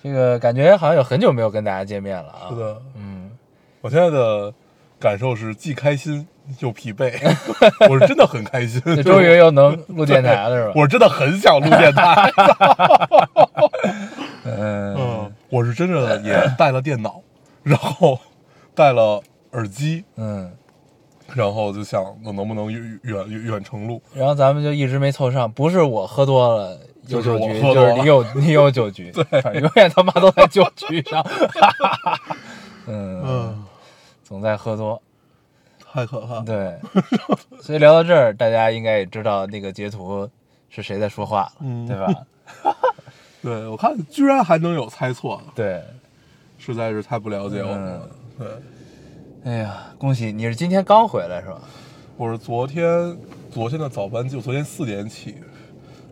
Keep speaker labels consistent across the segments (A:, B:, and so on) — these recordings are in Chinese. A: 这个感觉好像有很久没有跟大家见面了啊。
B: 是的，
A: 嗯，
B: 我现在的感受是既开心又疲惫， 我是真的很开心，
A: 这终于又能录电台了是吧？
B: 我是真的很想录电台。
A: 嗯，
B: 嗯，我是真的也带了电脑，然后带了耳机，
A: 嗯，
B: 然后就想我能不能远远远远程录？
A: 然后咱们就一直没凑上，不是我喝多了有酒
B: 就是
A: 局，
B: 我
A: 就
B: 喝多
A: 是
B: 了
A: 你有你有酒局，对，永远他妈都在酒局 上，嗯，
B: 嗯，
A: 总在喝多，
B: 太可怕了。
A: 对，所以聊到这儿，大家应该也知道那个截图是谁在说话了，
B: 嗯
A: 对吧？
B: 对，我看居然还能有猜错的，
A: 对，
B: 实在是太不了解我
A: 嗯
B: 们了。对，
A: 哎呀，恭喜你是今天刚回来是吧？
B: 我是昨天昨天的早班机，我昨天四点起，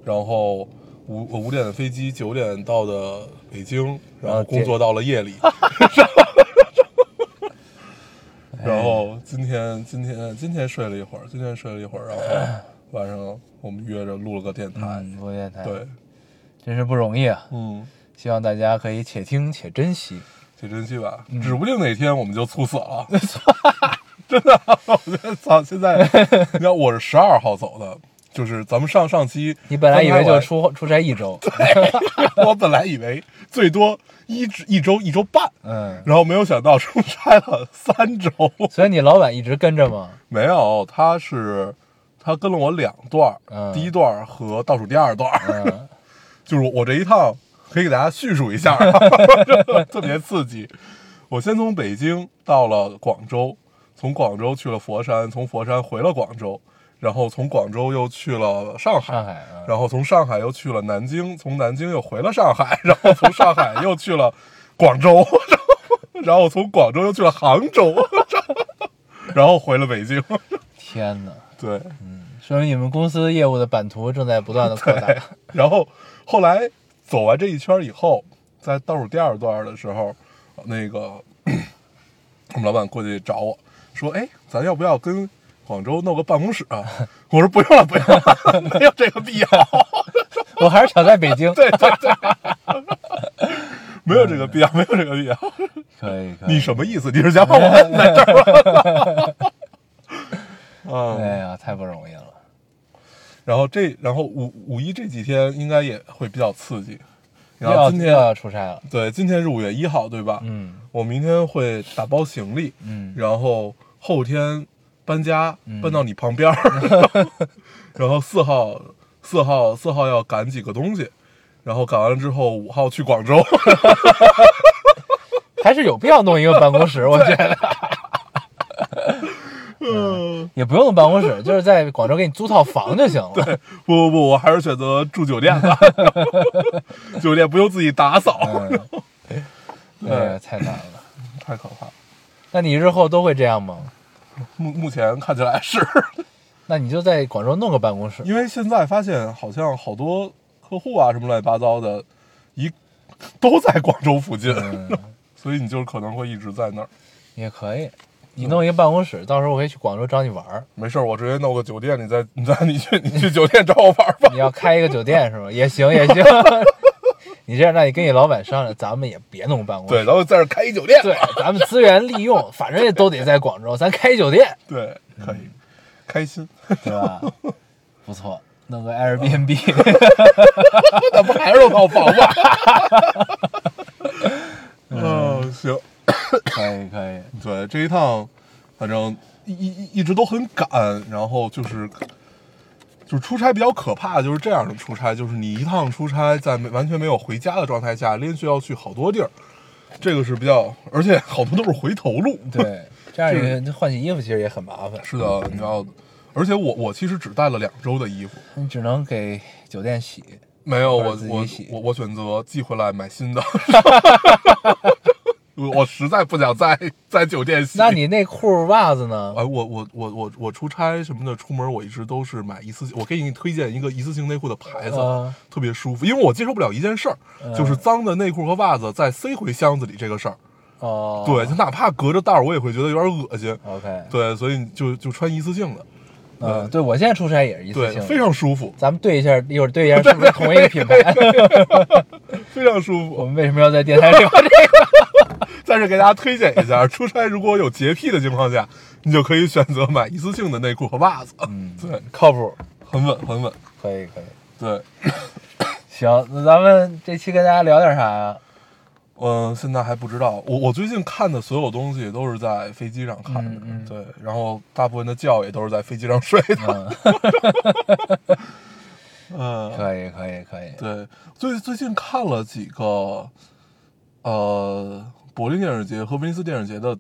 B: 然后五我五点的飞机，九点到的北京，然后工作到了夜里， 然后今天今天今天睡了一会儿，今天睡了一会儿，然后晚上我们约着录了个电台，
A: 嗯，录电台，
B: 对，
A: 真是不容易啊！
B: 嗯，
A: 希望大家可以且听且珍惜。
B: 且珍惜吧，指不定哪天我们就猝死了。嗯 真的，我觉得操！现 在，你知道我是十二号走的，就是咱们上上期，
A: 你本来以为
B: 刚开
A: 就
B: 完
A: 出出差一 周，
B: 我本来以为最多一周一周一周半，
A: 嗯，
B: 然后没有想到出差了三周。
A: 所以你老板一直跟着吗？
B: 没有，他是他跟了我两段儿，
A: 嗯
B: 第一段儿和倒数第二段儿，
A: 嗯，
B: 就是我我这一趟可以给大家叙述 一下，特别刺激。我先从北京到了广州，从广州去了佛山，从佛山回了广州，然后从广州又去了上海，
A: 上海啊，
B: 然后从上海又去了南京，从南京又回了上海，然后从上海又去了广州，然后然后从广州又去了杭州，然后回了北京。
A: 天哪！
B: 对，
A: 说明你们公司业务的版图正在不断的扩大。
B: 然后后来走完这一圈以后，在倒数第二段的时候，那个 我们老板过去找我说：“哎，咱要不要跟广州弄个办公室啊？” 我说：“不用了，不用了， 没有这个必要。”
A: 我还是想在北京。
B: 对对对， 没有这个必要，没有这个必要。
A: 可以可以。
B: 你什么意思？你是想把我摁在这 儿吗？嗯，
A: 哎呀，太不容易了。
B: 然后这，然后五五一这几天应该也会比较刺激。
A: 又
B: 然后
A: 要
B: 今
A: 又
B: 天，啊
A: 要出差了。
B: 对，今天是五月一号，对吧？
A: 嗯
B: 我明天会打包行李，
A: 嗯
B: 然后后天搬家
A: 嗯，
B: 搬到你旁边 儿。然后四号，四号，四号要赶几个东西，然后赶完了之后，五号去广州。
A: 还是有必要弄一个办公室，我觉得。嗯，也不用弄办公室，就是在广州给你租套房就行了。
B: 不不不，我还是选择住酒店 吧，酒店不用自己打扫，
A: 嗯，哎呀，太难了。
B: 太可怕了。
A: 那你日后都会这样吗？
B: 目目前看起来是，
A: 那你就在广州弄个办公室。
B: 因为现在发现好像好多客户啊什么乱七八糟的，一都在广州附近，
A: 嗯，
B: 所以你就可能会一直在那儿。
A: 也可以。你弄一个办公室，到时候我可以去广州找你玩儿。
B: 没事儿，我直接弄个酒店，你再 你再你去你去酒店找我玩儿吧。
A: 你要开一个酒店是吗？也行也行。 你这样，那你跟你老板商量，咱们也别弄办公
B: 对，
A: 室。
B: 咱们在这儿开一酒店。
A: 对，咱们资源利用，反正也都得在广州，咱开酒店，
B: 对，可以，开心。
A: 对吧？不错，弄个 Airbnb，
B: 那不还是弄套房吗？嗯，行。
A: 可以可以。
B: 对，这一趟，反正一一一直都很赶，然后就是就是出差比较可怕，就是这样的出差，就是你一趟出差在没完全没有回家的状态下，连续要去好多地儿，这个是比较，而且好多都是回头路。，
A: 对，这样你换洗衣服其实也很麻烦，
B: 是的，你知道，而且我我其实只带了两周的衣服，
A: 你只能给酒店洗。
B: 没有
A: 或者
B: 我
A: 自己
B: 我
A: 洗
B: 我我选择寄回来买新的，我实在不想在在酒店洗。
A: 那你内裤、袜子呢？
B: 哎，我我我我我出差什么的，出门我一直都是买一次性。我给你推荐一个一次性内裤的牌子，
A: 嗯
B: 特别舒服。因为我接受不了一件事儿，就是脏的内裤和袜子再塞回箱子里这个事儿。
A: 哦，
B: 对，就哪怕隔着袋儿，我也会觉得有点恶心。
A: ，OK，
B: 对，所以就就穿一次性的，
A: 嗯，对我现在出差也是一次
B: 对
A: 性，的，
B: 非常舒服，
A: 咱们对一下，一会儿对一下是不是同一个品牌？
B: 非常 舒
A: 我
B: 服。
A: 们为什么要在电台聊这个？
B: 在这给大家推荐一下，出差如果有洁癖的情况下，你就可以选择买一次性的内裤和袜子。
A: 嗯
B: 对，
A: 靠谱，
B: 很稳，很稳。
A: 可以可以。
B: 对，
A: 行，那咱们这期跟大家聊点啥呀？
B: 嗯，现在还不知道。我我最近看的所有东西都是在飞机上看的，
A: 嗯嗯
B: 对，然后大部分的觉也都是在飞机上睡的。
A: 嗯，
B: 嗯，
A: 可以可以可以。
B: 对，最最近看了几个，呃，柏林电影节和威尼斯电影节的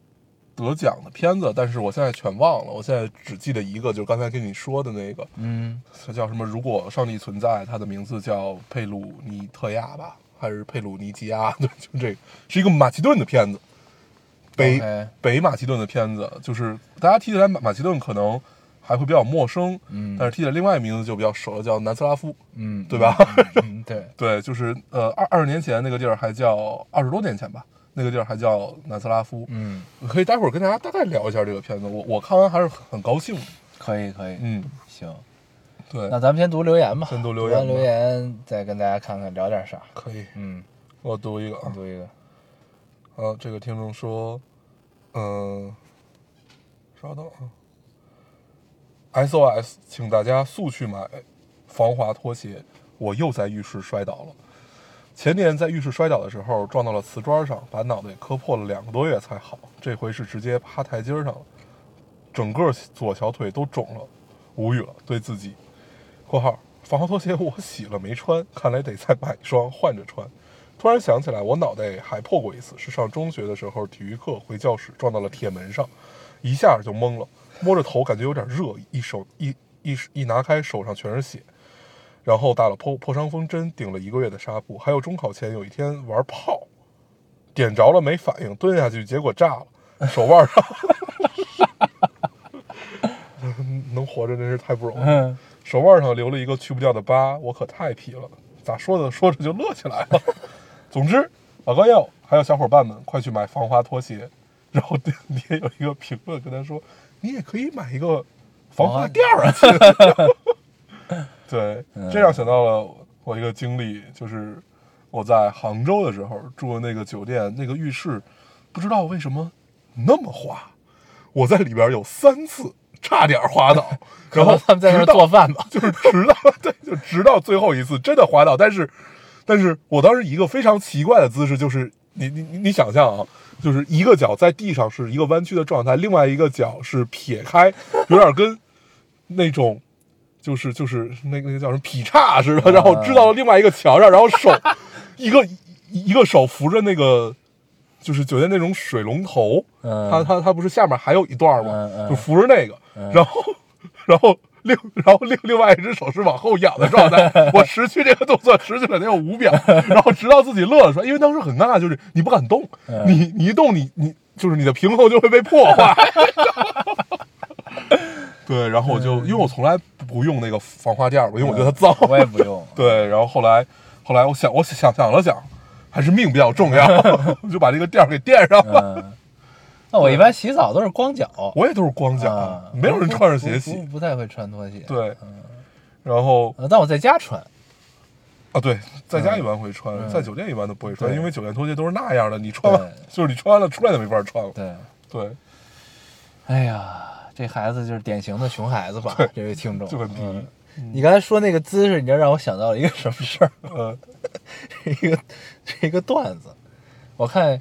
B: 得奖的片子，但是我现在全忘了，我现在只记得一个，就是刚才跟你说的那个，
A: 嗯，
B: 它叫什么？如果上帝存在，它的名字叫佩鲁尼特亚吧，还是佩鲁尼吉亚？ 对，就这个是一个马其顿的片子，北
A: OK
B: 北马其顿的片子，就是大家提起来马马其顿可能还会比较陌生，
A: 嗯
B: 但是提起来另外一个名字就比较熟了，叫南斯拉夫，
A: 嗯，
B: 对吧？
A: 嗯？对，
B: 对，就是呃二二十年前那个地儿还叫二十多年前吧，那个地儿还叫南斯拉夫。
A: 嗯，
B: 可以待会儿跟大家大概聊一下这个片子，我我看完还是很很高兴的。
A: 可以可以。
B: 嗯，
A: 行，
B: 对
A: 那，咱们先读留言吧，
B: 先读留
A: 留
B: 言吧
A: 留言再跟大家看看聊点啥。
B: 可以，
A: 嗯，
B: 我读一个啊
A: 你。读一 个。
B: 啊，这个听众说，嗯、稍等啊，SOS，请大家速去买防滑拖鞋，我又在浴室摔倒了。前年在浴室摔倒的时候撞到了瓷砖上，把脑袋磕破了两个多月才好，这回是直接趴台阶上了，整个左小腿都肿了，无语了，对自己。（括号防滑拖鞋我洗了没穿，看来得再买一双换着穿。）突然想起来，我脑袋还破过一次，是上中学的时候，体育课回教室撞到了铁门上，一下就懵了，摸着头感觉有点热，一手一一一拿开手上全是血，然后打了破破伤风针，顶了一个月的纱布，还有中考前有一天玩炮，点着了没反应，蹲下去结果炸了，手腕上， 能活着真是太不容易了。
A: 嗯，
B: 手腕上留了一个去不掉的疤，我可太皮了。咋说呢？ 说着就乐起来了。 总之，老高要还有小伙伴们，快去买防滑拖鞋。然后底下有一个评论跟他说：“你也可以买一个防滑垫嗯儿啊。 对，这让想到了我一个经历，就是我在杭州的时候住的那个酒店，那个浴室不知道为什么那么滑，我在里边有三次差点滑倒，然后
A: 可能他们在那儿
B: 直到
A: 做饭吧。
B: 就是直到对，就直到最后一次真的滑倒，但是，但是我当时一个非常奇怪的姿势，就是你你你你想象啊，就是一个脚在地上是一个弯曲的状态，另外一个脚是撇开，有点跟那种。就是就是那个那个叫什么劈叉似的，然后支到了另外一个墙上，然后手一个一个手扶着那个就是酒店那种水龙头，
A: 嗯
B: 它它它不是下面还有一段吗？
A: 嗯嗯
B: 就扶着那个，然后然后另然后另另外一只手是往后仰的状态， 我持续这个动作持续了得有五秒，然后直到自己乐了出来，因为当时很尴尬，就是你不敢动，
A: 嗯
B: 你你一动你你就是你的平衡就会被破坏。 对，然后我就因为我从来不用那个防滑垫儿， 因为我觉得它脏。
A: 嗯我也不用。
B: 对，然后后来后来我想我想想了想，还是命比 较重要，我就把这个垫儿给垫上了。
A: 嗯，那我一般洗澡都是光脚，
B: 我也都是光脚，
A: 啊，
B: 没有人穿着鞋
A: 不不
B: 洗。
A: 不不太会穿拖鞋。
B: 对，然后
A: 呃，但我在家穿。
B: 啊，对，在家一般会穿，在酒店一般都不会穿，
A: 嗯对
B: 因为酒店拖鞋都是那样的，你穿完
A: 对
B: 就是你穿完了出来就没法穿了。
A: 对，
B: 对，
A: 哎呀，这孩子就是典型的熊孩子吧？这位听众，
B: 就很低
A: 嗯你刚才说那个姿势，你知道让我想到了一个什么事儿？
B: 呃，
A: 是一个 是一个段子。我看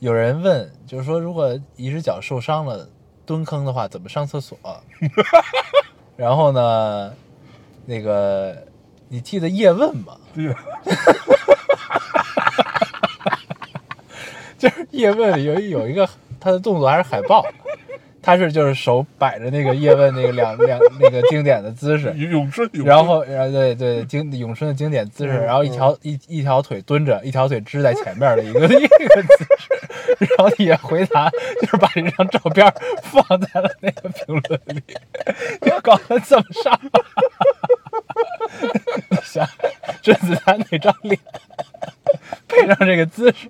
A: 有人问，就是说如果一只脚受伤了蹲坑的话，怎么上厕所？ 然后呢，那个你记得叶问吗？
B: 对，
A: 就是叶问里有一有一个他的动作还是海报，他是就是手摆着那个叶问那个两两那个经典的姿势，
B: 咏咏春，咏
A: 然
B: 春
A: 后然后对对经咏春的经 典姿势，然后一条一一条腿蹲着，一条腿支在前面的一个一个姿势，然后底下回答就是把这张照片放在了那个评论里，就搞得这么上。你 想，甄子丹那张脸， 配上这个姿势，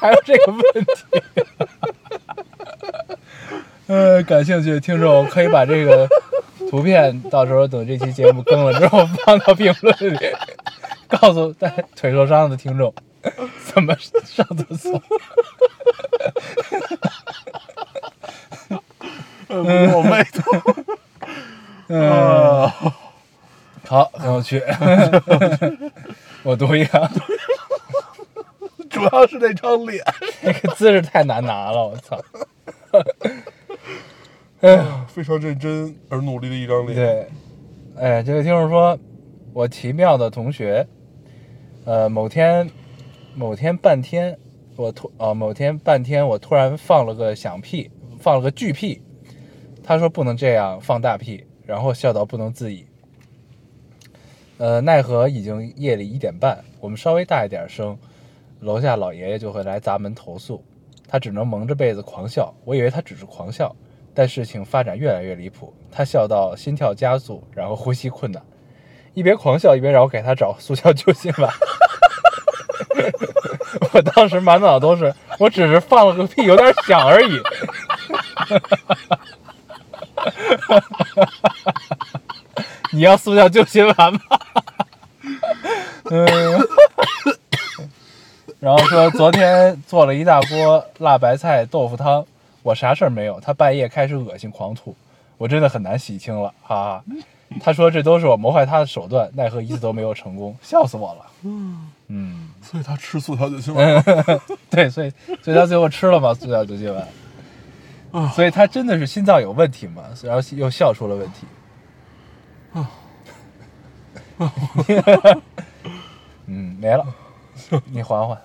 A: 还有这个问题。呃，感兴趣的听众可以把这个图片到时候等这期节目更了之后放到评论里，告诉带腿受伤的听众怎么上厕所。
B: 呃我妹啊子，
A: 嗯，好，很有趣。我读一个，
B: 主要是那张脸，
A: 那个姿势太难拿了，我操！哎呀。
B: 非常认真而努力的一张脸。
A: 对，哎，这位听众说，我奇妙的同学，呃，某天，某天半天，我突啊、某天半天，我突然放了个响屁，放了个巨屁，他说不能这样放大屁，然后笑到不能自已。呃，奈何已经夜里一点半，我们稍微大一点声，楼下老爷爷就会来砸门投诉，他只能蒙着被子狂笑。我以为他只是狂笑，但事情发展越来越离谱，他笑到心跳加速，然后呼吸困难，一边狂笑一边让我给他找速效救心丸。 我当时满脑都是，我只是放了个屁，有点响而已。 你要速效救心丸吗？ 嗯。然后说昨天做了一大锅辣白菜豆腐汤，我啥事儿没有，他半夜开始恶心狂吐，我真的很难洗清了，哈哈。他说这都是我谋害他的手段，奈何一次都没有成功，笑死我了。嗯，
B: 所以他吃素调酒新闻，
A: 对，所以所以他最后吃了嘛，塑料毒鸡丸。
B: 啊
A: 所以他真的是心脏有问题嘛？然后又笑出了问题。 嗯，没了，你缓缓。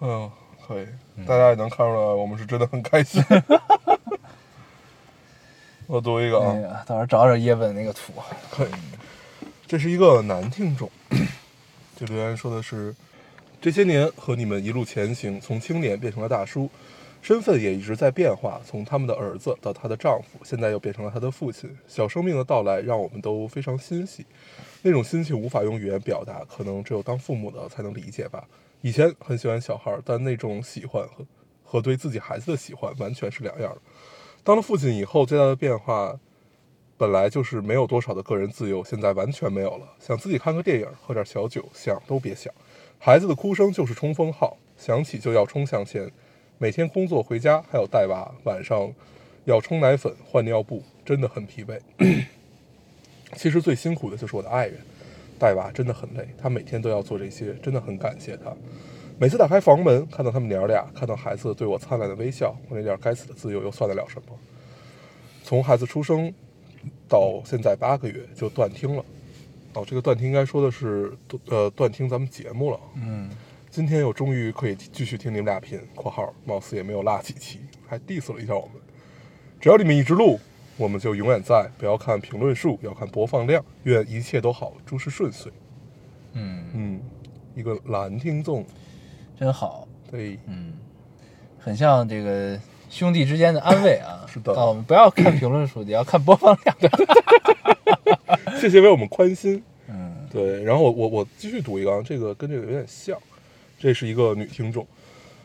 B: 嗯，可以，大家也能看出来，我们是真的很 开心。我读一个啊
A: 哎，呀，到时候找找叶问那个图。
B: 可以。这是一个男听众，这留言说的是：这些年和你们一路前行，从青年变成了大叔，身份也一直在变化，从他们的儿子到她的丈夫，现在又变成了她的父亲。小生命的到来让我们都非常欣喜，那种心情无法用语言表达，可能只有当父母的才能理解吧。以前很喜欢小孩儿，但那种喜欢和和对自己孩子的喜欢完全是两样儿的。当了父亲以后，最大的变化本来就是没有多少的个人自由，现在完全没有了。想自己看个电影，喝点小酒，想都别想。孩子的哭声就是冲锋号，想起就要冲向前。每天工作回家还有带娃，晚上要冲奶粉、换尿布，真的很疲惫。其实最辛苦的就是我的爱人，带娃真的很累，他每天都要做这些，真的很感谢他。每次打开房门，看到他们娘儿俩，看到孩子对我灿烂的微笑，我那点该死的自由又算得了什么？从孩子出生到现在八个月就断听了。哦，这个断听应该说的是呃断听咱们节目了。啊
A: 嗯，
B: 今天又终于可以继续听你们俩拼（括号貌似也没有落几期，还 diss 了一下我们）。只要你们一直录，我们就永远在。不要看评论数，要看播放量。愿一切都好，诸事顺遂。
A: 嗯，
B: 嗯，一个蓝听众，
A: 真好。
B: 对，
A: 嗯，很像这个兄弟之间的安慰啊。
B: 是的
A: 啊，我们不要看评论数，也要看播放 量。
B: 谢谢为我们宽心。
A: 嗯
B: 对，然后我我我继续读一个，啊，这个跟这个有点像，这是一个女听众，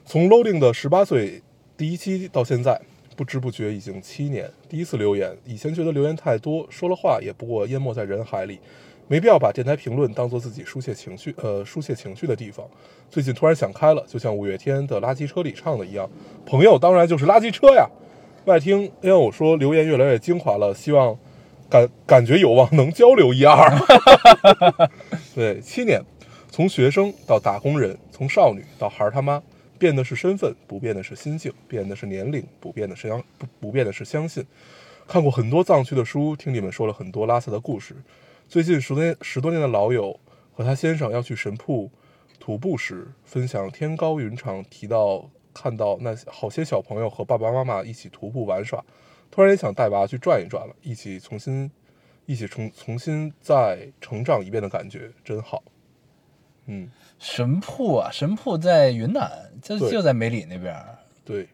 B: 从 Loading 的十八岁第一期到现在，不知不觉已经七年，第一次留言，以前觉得留言太多，说了话也不过淹没在人海里，没必要把电台评论当做自己疏泄情绪呃疏泄情绪的地方。最近突然想开了，就像五月天的《垃圾车》里唱的一样，朋友当然就是垃圾车呀。外听因为我说留言越来越精华了，希望感感觉有望能交流一二。 对，七年，从学生到打工人，从少女到孩儿他妈，变的是身份，不变的是心境，变的是年龄，不变的是相不不变的是相信。看过很多藏区的书，听你们说了很多拉萨的故事。最近十多年十多年的老友和他先生要去神瀑徒步时，分享天高云长，提到看到那些好些小朋友和爸爸妈妈一起徒步玩耍，突然也想带娃去转一转了，一起重新一起重重新再成长一遍的感觉真好。嗯，
A: 神瀑啊，神瀑在云南，就
B: 对
A: 就在梅里那边儿。
B: 对，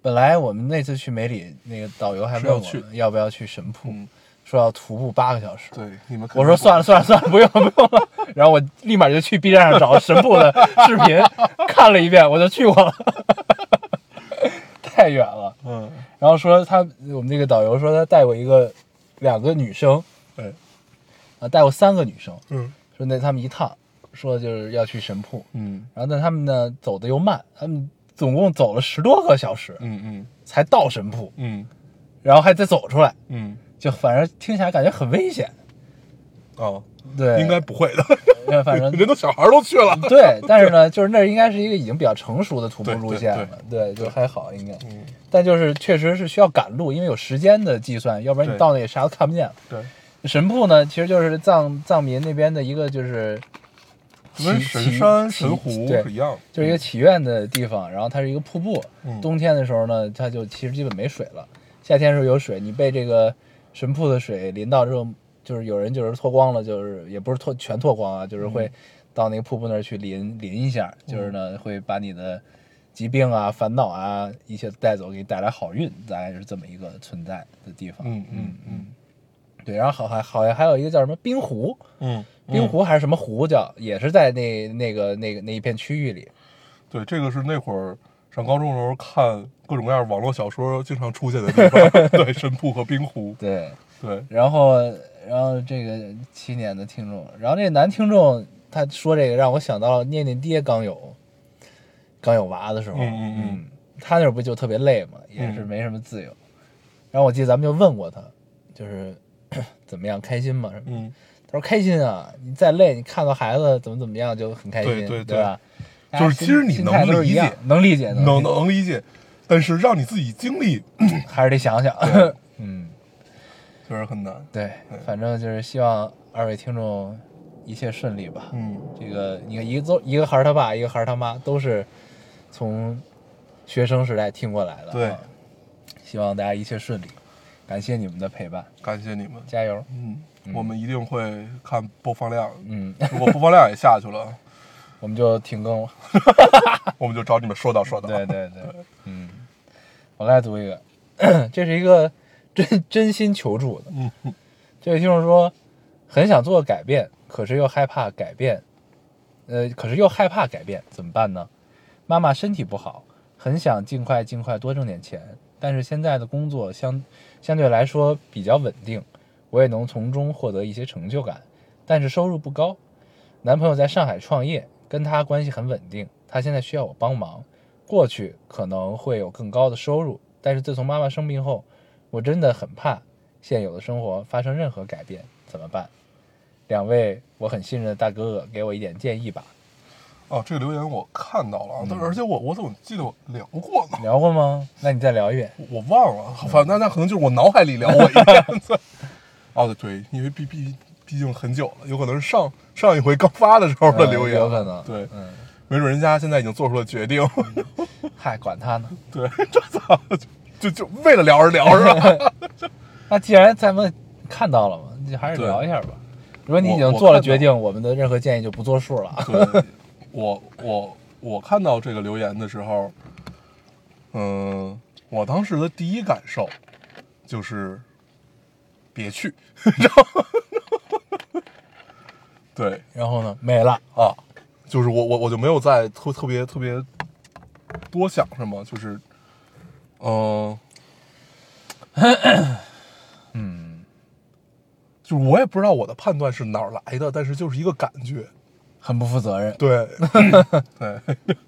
A: 本来我们那次去梅里，那个导游还
B: 是
A: 问
B: 要
A: 我
B: 去
A: 们要不要去神瀑，
B: 嗯，
A: 说要徒步八个小时。
B: 对，你们
A: 我说算
B: 了，
A: 了算了算了，不用了不用了。 然后我立马就去 B 站上找神瀑的视频看了一遍，我就去过了， 太远了。
B: 嗯，
A: 然后说他我们那个导游说他带过一个两个女生
B: 哎，
A: 啊，带过三个女生，
B: 嗯
A: 说那他们一趟说就是要去神瀑，
B: 嗯
A: 然后但他们呢走的又慢，他们总共走了十多个小时
B: 嗯嗯
A: 才到神瀑，
B: 嗯
A: 然后还得走出来，
B: 嗯，
A: 就反正听起来感觉很危险。
B: 哦，
A: 对，
B: 应该不会的，
A: 该反正
B: 人都小孩都去了，
A: 对，但是呢，就是那应该是一个已经比较成熟的徒步
B: 对
A: 路
B: 对
A: 线
B: 对
A: 了，对，就还好应该。
B: 嗯，
A: 但就是确实是需要赶路，因为有时间的计算，要不然你
B: 对
A: 到那里啥都看不见了。
B: 对，
A: 神瀑呢，其实就是藏藏民那边的一个就是起
B: 跟
A: 起
B: 神山
A: 起
B: 神湖
A: 对
B: 是一样的，
A: 就是一个祈愿的地方，然后它是一个瀑布。
B: 嗯
A: 冬天的时候呢，它就其实基本没水了。夏天的时候有水，你被这个神瀑的水淋到之后，就是有人就是脱光了，就是也不是脱全脱光啊，就是
B: 嗯
A: 会到那个瀑布那儿去淋淋一下，就是呢会把你的疾病啊、烦恼啊一切带走，给你带来好运，大概是这么一个存在的地方。
B: 嗯嗯嗯
A: 对，然后好还好像还有一个叫什么冰湖，
B: 嗯，
A: 冰湖还是什么湖叫，也是在那那个那个那一片区域里。
B: 对，这个是那会儿上高中的时候看各种各样网络小说经常出现的地 方，对，神瀑和冰湖，
A: 对，
B: 对，
A: 然后，然后这个七年的听众，然后这个男听众他说这个让我想到了念念爹刚有刚有娃的时候，
B: 嗯嗯嗯
A: 他那儿不就特别累嘛，也是没什么自由。然后我记得咱们就问过他，就是 怎么样开心嘛什么的，
B: 嗯，
A: 他说开心啊，你再累，你看到孩子怎么怎么样就很开心，
B: 对对对
A: 吧？大家
B: 就是
A: 心
B: 其实你
A: 心态
B: 能
A: 都是一
B: 理
A: 样
B: 解
A: 能理解，
B: 能
A: 理解
B: 能理解，但是让你自己经历
A: 还是得想想
B: 对，
A: 嗯。
B: 确实很难，
A: 对
B: 对，
A: 反正就是希望二位听众一切顺利吧。
B: 嗯，
A: 这个你看，一个都一个孩儿他爸，一个孩儿他妈，都是从学生时代听过来的。
B: 对，
A: 希望大家一切顺利，感谢你们的陪伴，
B: 感谢你们，
A: 加油！
B: 嗯，我们一定会看播放量，
A: 嗯，
B: 如果播放量也下去 了，
A: 我们就停更了。
B: 我们就找你们说道说道，
A: 对对对，嗯，我来读一个，这是一个真真心求助的。
B: 嗯
A: 这位听众说，很想做改变，可是又害怕改变，呃，可是又害怕改变，怎么办呢？妈妈身体不好，很想尽快尽快多挣点钱，但是现在的工作相相对来说比较稳定，我也能从中获得一些成就感，但是收入不高。男朋友在上海创业，跟他关系很稳定，他现在需要我帮忙。过去可能会有更高的收入，但是自从妈妈生病后，我真的很怕现有的生活发生任何改变，怎么办？两位我很信任的大哥哥，给我一点建议吧。
B: 哦，这个留言我看到了啊，
A: 嗯
B: 但是而且我我怎么记得我聊过呢？
A: 聊过吗？那你再聊一遍。
B: 我忘了，反正那那可能就是我脑海里聊我一遍。对 哦，对，因为毕毕毕竟很久了，有可能是上上一回刚发的时候的
A: 嗯
B: 留言，
A: 有可能
B: 对，
A: 嗯，
B: 没准人家现在已经做出了决定，
A: 嗨，管他呢。
B: 对，这操，就就为了聊而聊是 吧？
A: 那既然咱们看到了嘛，你还是
B: 对
A: 聊一下吧。如果你已
B: 我
A: 经
B: 我
A: 做了
B: 看
A: 决
B: 到
A: 定，我们的任何建议就不作数了啊。
B: 对， 我我我看到这个留言的时候，嗯，我当时的第一感受就是别去， 然后对，
A: 然后呢，没了。
B: 啊，就是我我我就没有再特特别特别多想什么，就是， 嗯、
A: 嗯，
B: 就是我也不知道我的判断是哪儿来的，但是就是一个感觉，
A: 很不负责任。
B: 对，对，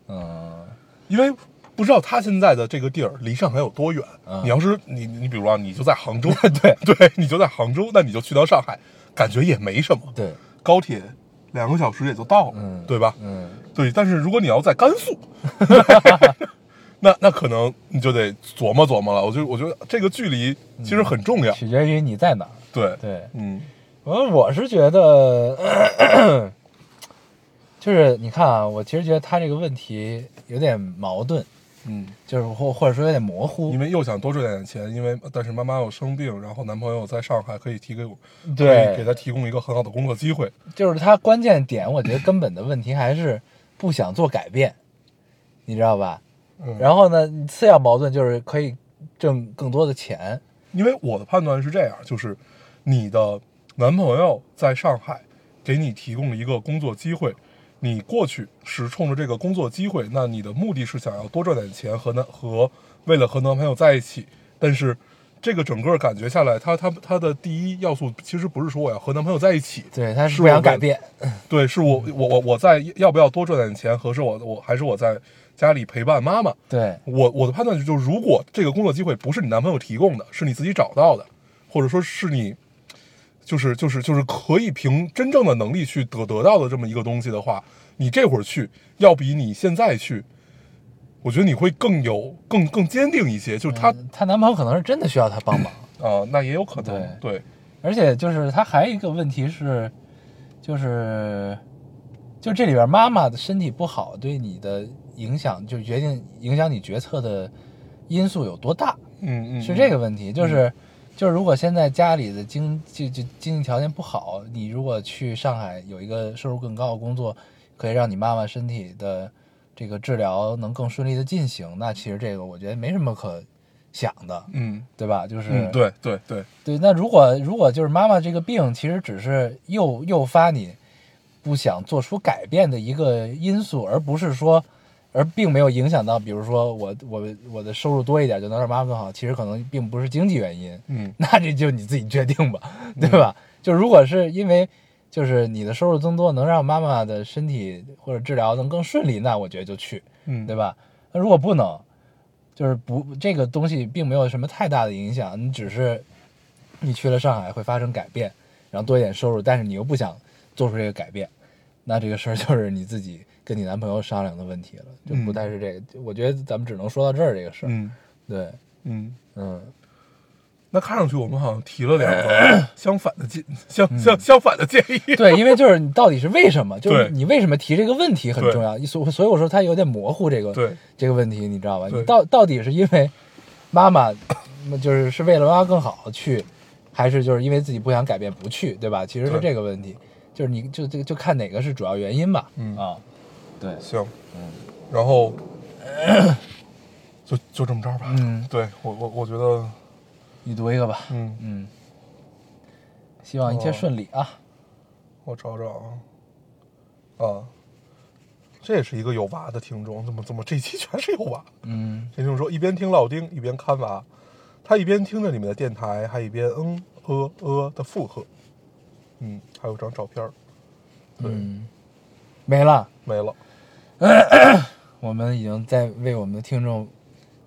A: 嗯
B: 因为不知道他现在的这个地儿离上海有多远。
A: 嗯
B: 你要是你你比如啊，你就在 杭州，对对，你就在杭州，那你就去到上海，感觉也没什么，，，
A: 对，
B: 高铁两个小时也就到了，
A: 嗯
B: 对吧？
A: 嗯
B: 对，但是如果你要在甘肃， 那那可能你就得琢磨琢磨了。我就我觉得这个距离其实很重要。
A: 取决于你在哪儿。
B: 对，
A: 对，
B: 嗯
A: 我我是觉得， 就是你看啊，我其实觉得他这个问题有点矛盾，
B: 嗯，
A: 就是或或者说有点模糊
B: 因。为又想多挣点钱，因为但是妈妈又生病，然后男朋友在上海可以提给我，可以给
A: 对，
B: 他提供一个很好的工作机会。
A: 就是他关键点，我觉得根本的问题还是不想做改变，你知道吧？
B: 嗯
A: 然后呢，你次要矛盾就是可以挣更多的钱，
B: 因为我的判断是这样，就是你的男朋友在上海给你提供了一个工作机会，你过去是冲着这个工作机会，那你的目的是想要多赚点钱和男和为了和男朋友在一起，但是这个整个感觉下来，他他他的第一要素其实不是说我要和男朋友在一起，
A: 对，他是
B: 是
A: 不想
B: 我
A: 改
B: 的
A: 变，
B: 对，是我我我我在要不要多赚点钱，和是我我还是我在家里陪伴妈妈，
A: 对，
B: 我我的判断就是，如果这个工作机会不是你男朋友提供的，是你自己找到的，或者说是你，就是就是就是可以凭真正的能力去得得到的这么一个东西的话，你这会儿去，要比你现在去，我觉得你会更有更更坚定一些。就是他啊、
A: 她男朋友可能是真的需要她帮忙，
B: 那也有可能对
A: 而且就是她还有一个问题是，就是就这里边妈妈的身体不好对你的影响，就决定影响你决策的因素有多大，
B: 嗯嗯，
A: 是这
B: 个
A: 个问题，就是。就是如果现在家里的经就就经济条件不好，你如果去上海有一个收入更高的工作，可以让你妈妈身体的这个治疗能更顺利的进行，那其实这个我觉得没什么可想的，
B: 嗯
A: 对吧？就是、
B: 嗯，对对对，
A: 对，那如果如果就是妈妈这个病，其实只是诱诱发你不想做出改变的一个因素，而不是说，而并没有影响到，比如说我我我的收入多一点就能让妈妈更好，其实可能并不是经济原因，
B: 嗯
A: 那这就你自己决定吧，对吧？就如果是因为就是你的收入增多能让妈妈的身体或者治疗能更顺利，那我觉得就去，
B: 嗯
A: 对吧？那如果不能，就是不这个东西并没有什么太大的影响，你只是你去了上海会发生改变，然后多一点收入，但是你又不想做出这个改变，那这个事儿就是你自己跟你男朋友商量的问题了，就不
B: 嗯
A: 太是这个。我觉得咱们只能说到这儿这个事儿。
B: 嗯
A: 对，
B: 嗯。
A: 嗯，
B: 那看上去我们好像提了 两个相反的建
A: 嗯
B: 相相相反的建议。
A: 对，因为就是你到底是为什么，就是
B: 对
A: 你为什么提这个问题很
B: 对
A: 重要，所所以我说它有点模糊这个
B: 对，
A: 这个问题，你知道吧？
B: 对
A: 你到到底是因为妈妈，那就是是为了妈妈更好去，还是就是因为自己不想改变不去，对吧？其实是
B: 对
A: 这个问题，就是你就就就看哪个是主要原因吧。
B: 嗯
A: 啊，对，
B: 行，
A: 嗯
B: 然后就就这么着吧。
A: 嗯
B: 对我我我觉得，
A: 你读一个吧。
B: 嗯，
A: 嗯，希望一切
B: 哦
A: 顺利啊。
B: 我找找啊，啊，这也是一个有娃的听众，怎么怎么这期全是有娃？
A: 嗯
B: 这听众说一边听老丁一边看娃，他一边听着你们的电台，还一边嗯呃呃的附和。嗯，还有张照片儿对
A: 嗯，没了。
B: 没了。
A: 我们已经在为我们的听众，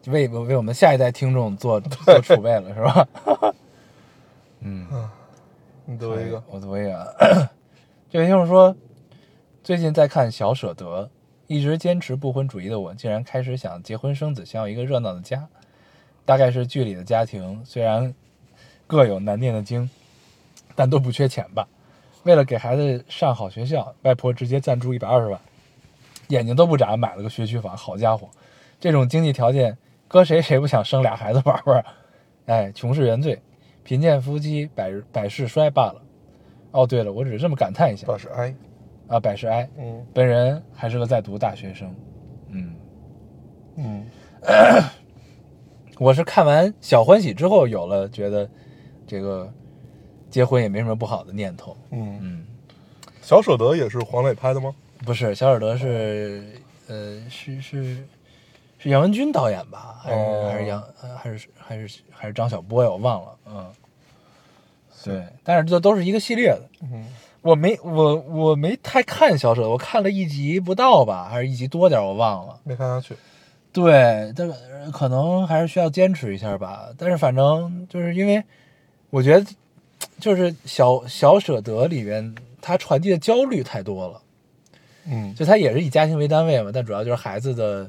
A: 为为我们下一代听众做做储备了，是吧？嗯，
B: 你得一个，
A: 哎我读一个。这位听众说，最近在看《小舍得》，一直坚持不婚主义的我，竟然开始想结婚生子，想有一个热闹的家。大概是剧里的家庭，虽然各有难念的经，但都不缺钱吧。为了给孩子上好学校，外婆直接赞助一百二十万，眼睛都不眨买了个学区房。好家伙，这种经济条件，搁谁谁不想生俩孩子玩玩？ 哎，穷是原罪，贫贱夫妻百日百事衰罢了。哦，对了，我只是这么感叹一下
B: 八是 I，
A: 啊，百事哀。
B: 哎嗯
A: 本人还是个在读大学生，嗯，
B: 嗯
A: 我是看完《小欢喜》之后有了觉得这个结婚也没什么不好的念头，
B: 嗯，
A: 嗯，
B: 小舍得也是黄磊拍的吗？
A: 不是小耳朵是呃是是是杨文军导演吧，还是、
B: 哦
A: 还是杨呃还是还是还是张小波呀，我忘了，嗯，对，但是这都是一个系列的，
B: 嗯
A: 我没我我没太看小舍得，我看了一集不到吧，还是一集多点儿，我忘了。
B: 没看下去。
A: 对，但呃可能还是需要坚持一下吧。但是反正就是因为，我觉得就是小小舍得里面，它传递的焦虑太多了。
B: 嗯
A: 就它也是以家庭为单位嘛，但主要就是孩子的，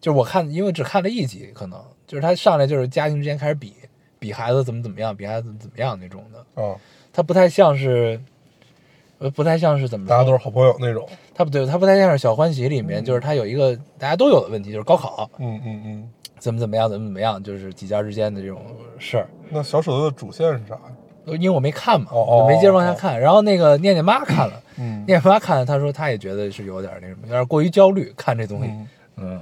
A: 就是我看，因为只看了一集，可能就是他上来就是家庭之间开始比比孩子怎么怎么样，比孩子怎么怎么样那种的，
B: 啊，
A: 它不太像是，呃，不太像是怎么
B: 大家
A: 说
B: 都是好朋友那种。
A: 它不对，它不太像是小欢喜里面，就是它有一个大家都有的问题，就是高考。
B: 嗯嗯嗯，
A: 怎么怎么样，怎么怎么样，就是几家之间的这种事儿。
B: 那小舍得的主线是啥？
A: 因为我没看嘛，
B: 哦哦
A: 我没接着往下看。然后那个念念妈看了，
B: 嗯
A: 念念妈看了，她说她也觉得是有点那什么，有点过于焦虑看这东西。
B: 嗯，
A: 嗯，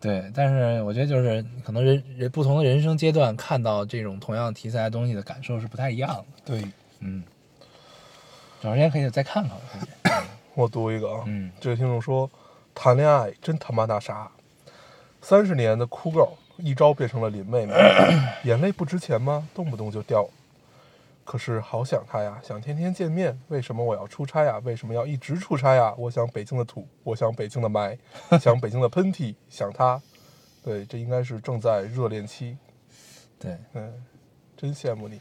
A: 对，但是我觉得就是可能人人不同的人生阶段看到这种同样题材的东西的感受是不太一样的。
B: 对，
A: 嗯，找时间可以再看看。我估计
B: 我读一个啊，
A: 嗯
B: 这个听众说，谈恋爱真他妈那啥，三十年的酷狗一朝变成了林 妹妹，眼泪不值钱吗？动不动就掉。可是好想他呀，想天天见面。为什么我要出差呀？为什么要一直出差呀？我想北京的土，我想北京的 霾，想北京的喷嚏，想他。对，这应该是正在热恋期。
A: 对，
B: 嗯，真羡慕你。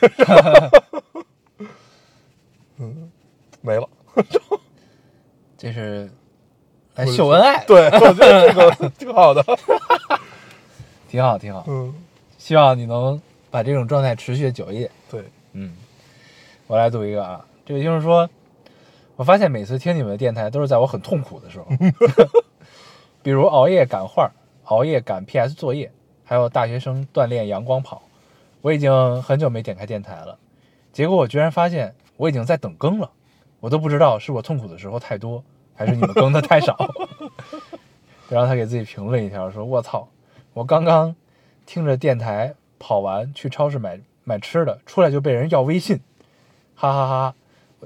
B: 嗯，没了。
A: 这是哎秀恩爱，，
B: 对，我觉得这个挺好的。
A: 挺好挺好。
B: 嗯，
A: 希望你能把这种状态持续得久一点。
B: 对，
A: 嗯，我来读一个啊，这个就是说，我发现每次听你们的电台都是在我很痛苦的时候，比如熬夜赶画儿、熬夜赶 PS 作业，还有大学生锻炼阳光跑。我已经很久没点开电台了，结果我居然发现我已经在等更了，我都不知道是我痛苦的时候太多，还是你们更的太少。然后他给自己评论一条说：“我操，我刚刚听着电台跑完去超市买买吃的，出来就被人要微信，哈哈哈哈！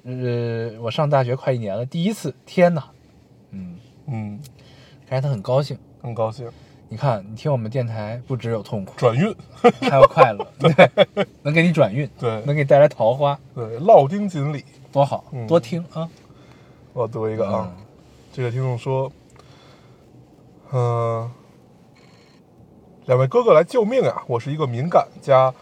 A: 呃，我上大学快一年了，第一次，天哪！嗯，
B: 嗯，
A: 看来他很高兴。
B: 很高兴。
A: 你看，你听我们电台不只有痛 苦，
B: 转运，
A: 还有快 乐，对，能给你转运，
B: 对
A: 能给你带来桃花，
B: 对，烙丁锦鲤。
A: 多好，
B: 嗯
A: 多听啊！
B: 我读一个啊，
A: 嗯
B: 这个听众说，嗯、两位哥哥来救命啊！我是一个敏感加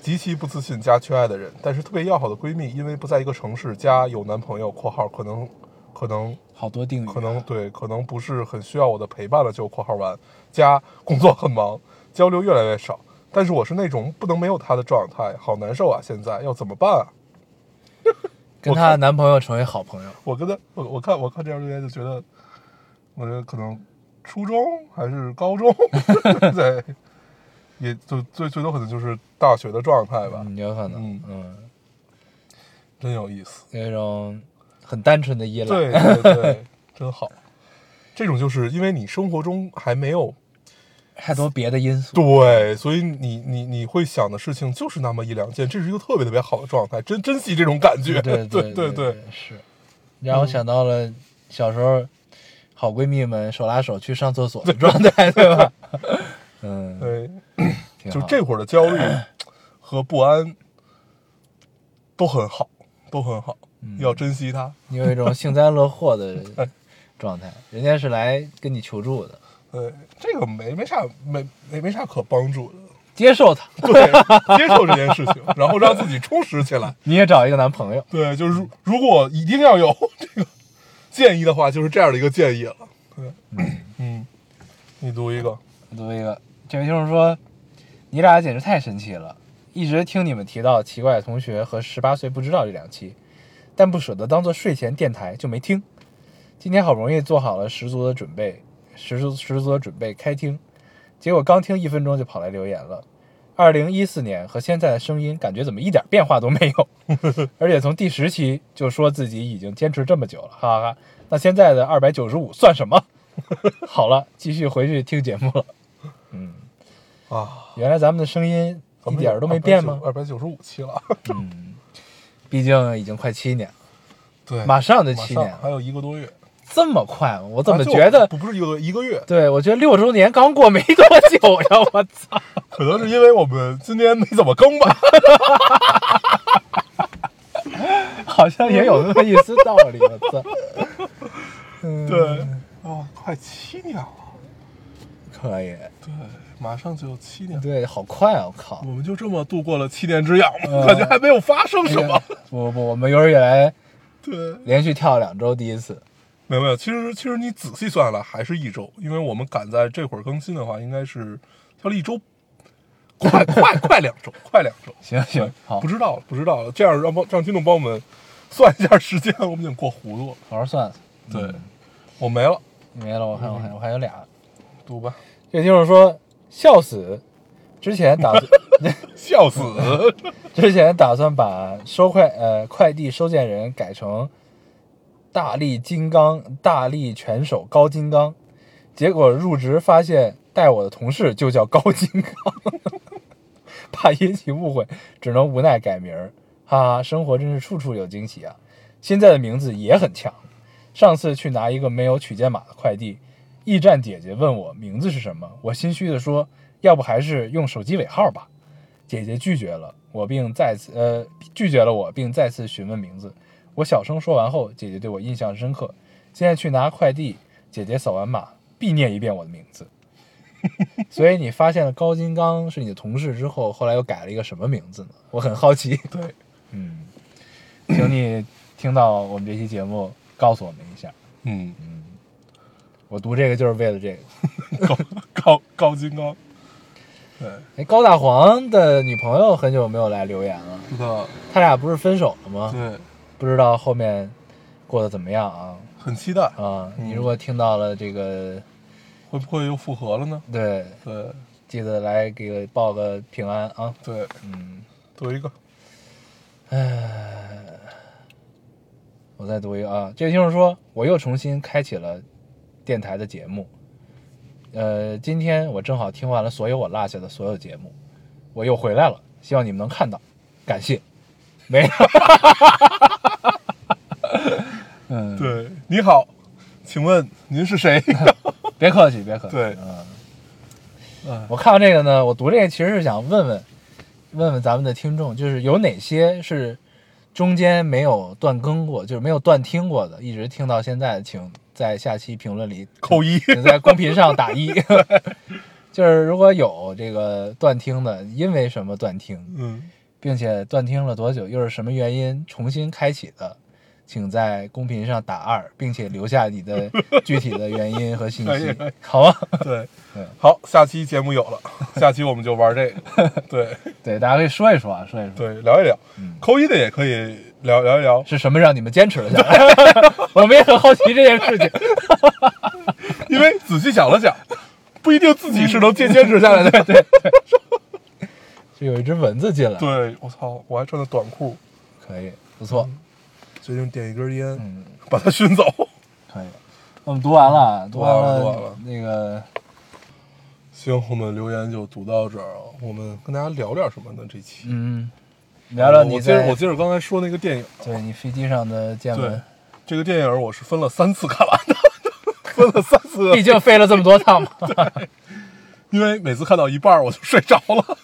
B: 极其不自信加缺爱的人，但是特别要好的闺蜜，因为不在一个城市，加有男朋友（括号可能可能
A: 好多定语，
B: 可能对，可能不是很需要我的陪伴了，就括号完加工作很忙，交流越来越少。但是我是那种不能没有他的状态，好难受啊！现在要怎么办啊？
A: 跟她的男朋友成为好朋友，
B: 我跟他，我我看我看这条留言就觉得，我觉得可能初中还是高中， 对，也就最最多可能就是大学的状态吧，
A: 嗯，有可能
B: 嗯，
A: 嗯，
B: 真有意思。
A: 有一种很单纯的依赖，
B: 对对对，真好。这种就是因为你生活中还没有
A: 太多别的因素，
B: 对，所以你你你会想的事情就是那么一两件，这是一个特别特别好的状态，真珍惜这种感觉。
A: 对
B: 对
A: 对
B: 对，
A: 是。让我想到了小时候好闺蜜们手拉手去上厕所的状态，对 吧？嗯，
B: 对，
A: 挺
B: 就
A: 好
B: 这会儿的焦 虑和不安都很好，都很好，
A: 嗯
B: 要珍惜它。
A: 你有一种幸灾乐祸
B: 哎
A: 的状态，人家是来跟你求助的，
B: 对，这个没没啥没没没啥可帮助的，
A: 接受它。
B: 对， 接受这件事情，然后让自己充实起来。
A: 你也找一个男朋友，
B: 对，就是如如果一定要有 这个建议的话，就是这样的一个建议了。对，嗯，你读一个，
A: 读一个，这位听众说，你俩简直太神奇了，一直听你们提到奇怪的同学和十八岁不知道这两期，但不舍得当做睡前电台就没听。今天好不容易做好了十足的准备，十足十足的准备开听，结果刚听一分钟就跑来留言了。二零一四年和现在的声音感觉怎么一点变化都没有，而且从第十期就说自己已经坚持这么久了，哈哈哈。那现在的二百九十五算什么？ 好了，继续回去听节目了。嗯，
B: 啊，
A: 原来咱们的声音
B: 咱
A: 一
B: 们
A: 点儿都没变吗？
B: 二啊百九十五期 了，
A: 嗯，毕竟已经快七年了，
B: 对，
A: 哎马上就
B: 马
A: 七
B: 上
A: 年
B: 还
A: 了，
B: 有一个多月。
A: 这么快吗？我怎
B: 啊
A: 么
B: 就
A: 觉得？
B: 不不是一个多一个月？
A: 对，我觉得六周年刚过没多久呀！ 我操，
B: 可能是因为我们今天没怎么更吧。
A: 好像也有那么一丝道理。我操， 嗯，
B: 对，啊，快七年了，
A: 可以，
B: 对，马上就七年。
A: 对，好快啊！我靠
B: 我，们就这么度过了七年之痒吗？
A: 嗯
B: 感觉还没有发生什么
A: 哎。呀不不，我们有史以来
B: 对，
A: 连续跳了两周第一次，
B: 没有没有，其实其实你仔细算来还是一周，因为我们赶在这会儿更新的话，应该是跳了一周，快快快两周，快两周。
A: 行行，好
B: 不，知道了，不知道了。这样让帮让听众帮我们算一下时间，我们已经过糊涂了。
A: 好好算算。
B: 对，我没了，
A: 没了，我还我还我还有俩。
B: 读吧。
A: 这听众说笑死，之前打算。
B: 笑 死！
A: 之前打算把收快呃快递收件人改成大力金刚、大力拳手高金刚，结果入职发现带我的同事就叫高金刚，怕引起误会，只能无奈改名儿。哈哈，生活真是处处有惊喜啊！现在的名字也很强。上次去拿一个没有取件码的快递，驿站姐姐问我名字是什么，我心虚的说，要不还是用手机尾号吧。姐姐拒绝了我，并再次呃拒绝了我，并再次询问名字。我小声说完后，姐姐对我印象深刻。现在去拿快递，姐姐扫完码必念一遍我的名字。所以你发现了高金刚是你的同事之后，后来又改了一个什么名字呢？我很好奇。
B: 对，
A: 嗯，请你听到我们这期节目，告诉我们一下。
B: 嗯，
A: 我读这个就是为了这个。
B: 高高高金刚，对，
A: 哎，高大黄的女朋友很久没有来留言了，
B: 知道，
A: 他俩不是分手了吗？
B: 对，
A: 不知道后面过得怎么样啊？
B: 很期待，
A: 啊，
B: 嗯
A: 你如果听到了这个，
B: 会不会又复合了呢？
A: 对，
B: 对
A: 记得来给我报个平安啊。
B: 对，
A: 嗯，
B: 读一个，
A: 我再读一个啊，这个听众说，我又重新开启了电台的节目。呃，今天我正好听完了所有我落下的所有节目，我又回来了，希望你们能看到，感谢。没 有，嗯，
B: 对，你好，请问您是 谁？
A: 别客气，别客气。
B: 对
A: 嗯，
B: 哎
A: 我看到这个呢，我读这个其实是想问问，问问咱们的听众，就是有哪些是中间没有断更过，就是没有断听过的，一直听到现在，请在下期评论里
B: 扣一，
A: 请在公屏上打一。 就是如果有这个断听的，因为什么断听，
B: 嗯，
A: 并且断听了多久，又是什么原因重新开启的，请在公屏上打二，并且留下你的具体的原因和信
B: 可以
A: 息
B: 可以，
A: 好吗？
B: 对
A: 对，
B: 好，下期节目有了，下期我们就玩这 个，对
A: 对，大家可以说一说啊，说一说。
B: 对，聊一聊
A: 嗯，
B: 扣一的也可以聊聊一聊，
A: 是什么让你们坚持了下来？ 我们也很好奇这件 事情。
B: 因为仔细想了想，不一定自己是能坚坚持下来的。
A: 对对对，是有一只蚊子进来，
B: 对，我操，我还穿的短裤，
A: 可以，不错，
B: 决定点一根烟，
A: 嗯，
B: 把它熏走。
A: 可以。我们读完了，读
B: 完了
A: 了，
B: 读完了
A: 那个
B: 行，我们留言就读到这儿啊。我们跟大家聊点什么呢？这期
A: 嗯，聊聊
B: 我
A: 你
B: 接着
A: 在
B: 我接着刚才说那个电影，
A: 对你飞机上的见
B: 对
A: 闻，
B: 这个电影我是分了三次看完的，分了三 次
A: 毕，竟飞了这么多趟嘛。
B: 因为每次看到一半儿我就睡着了。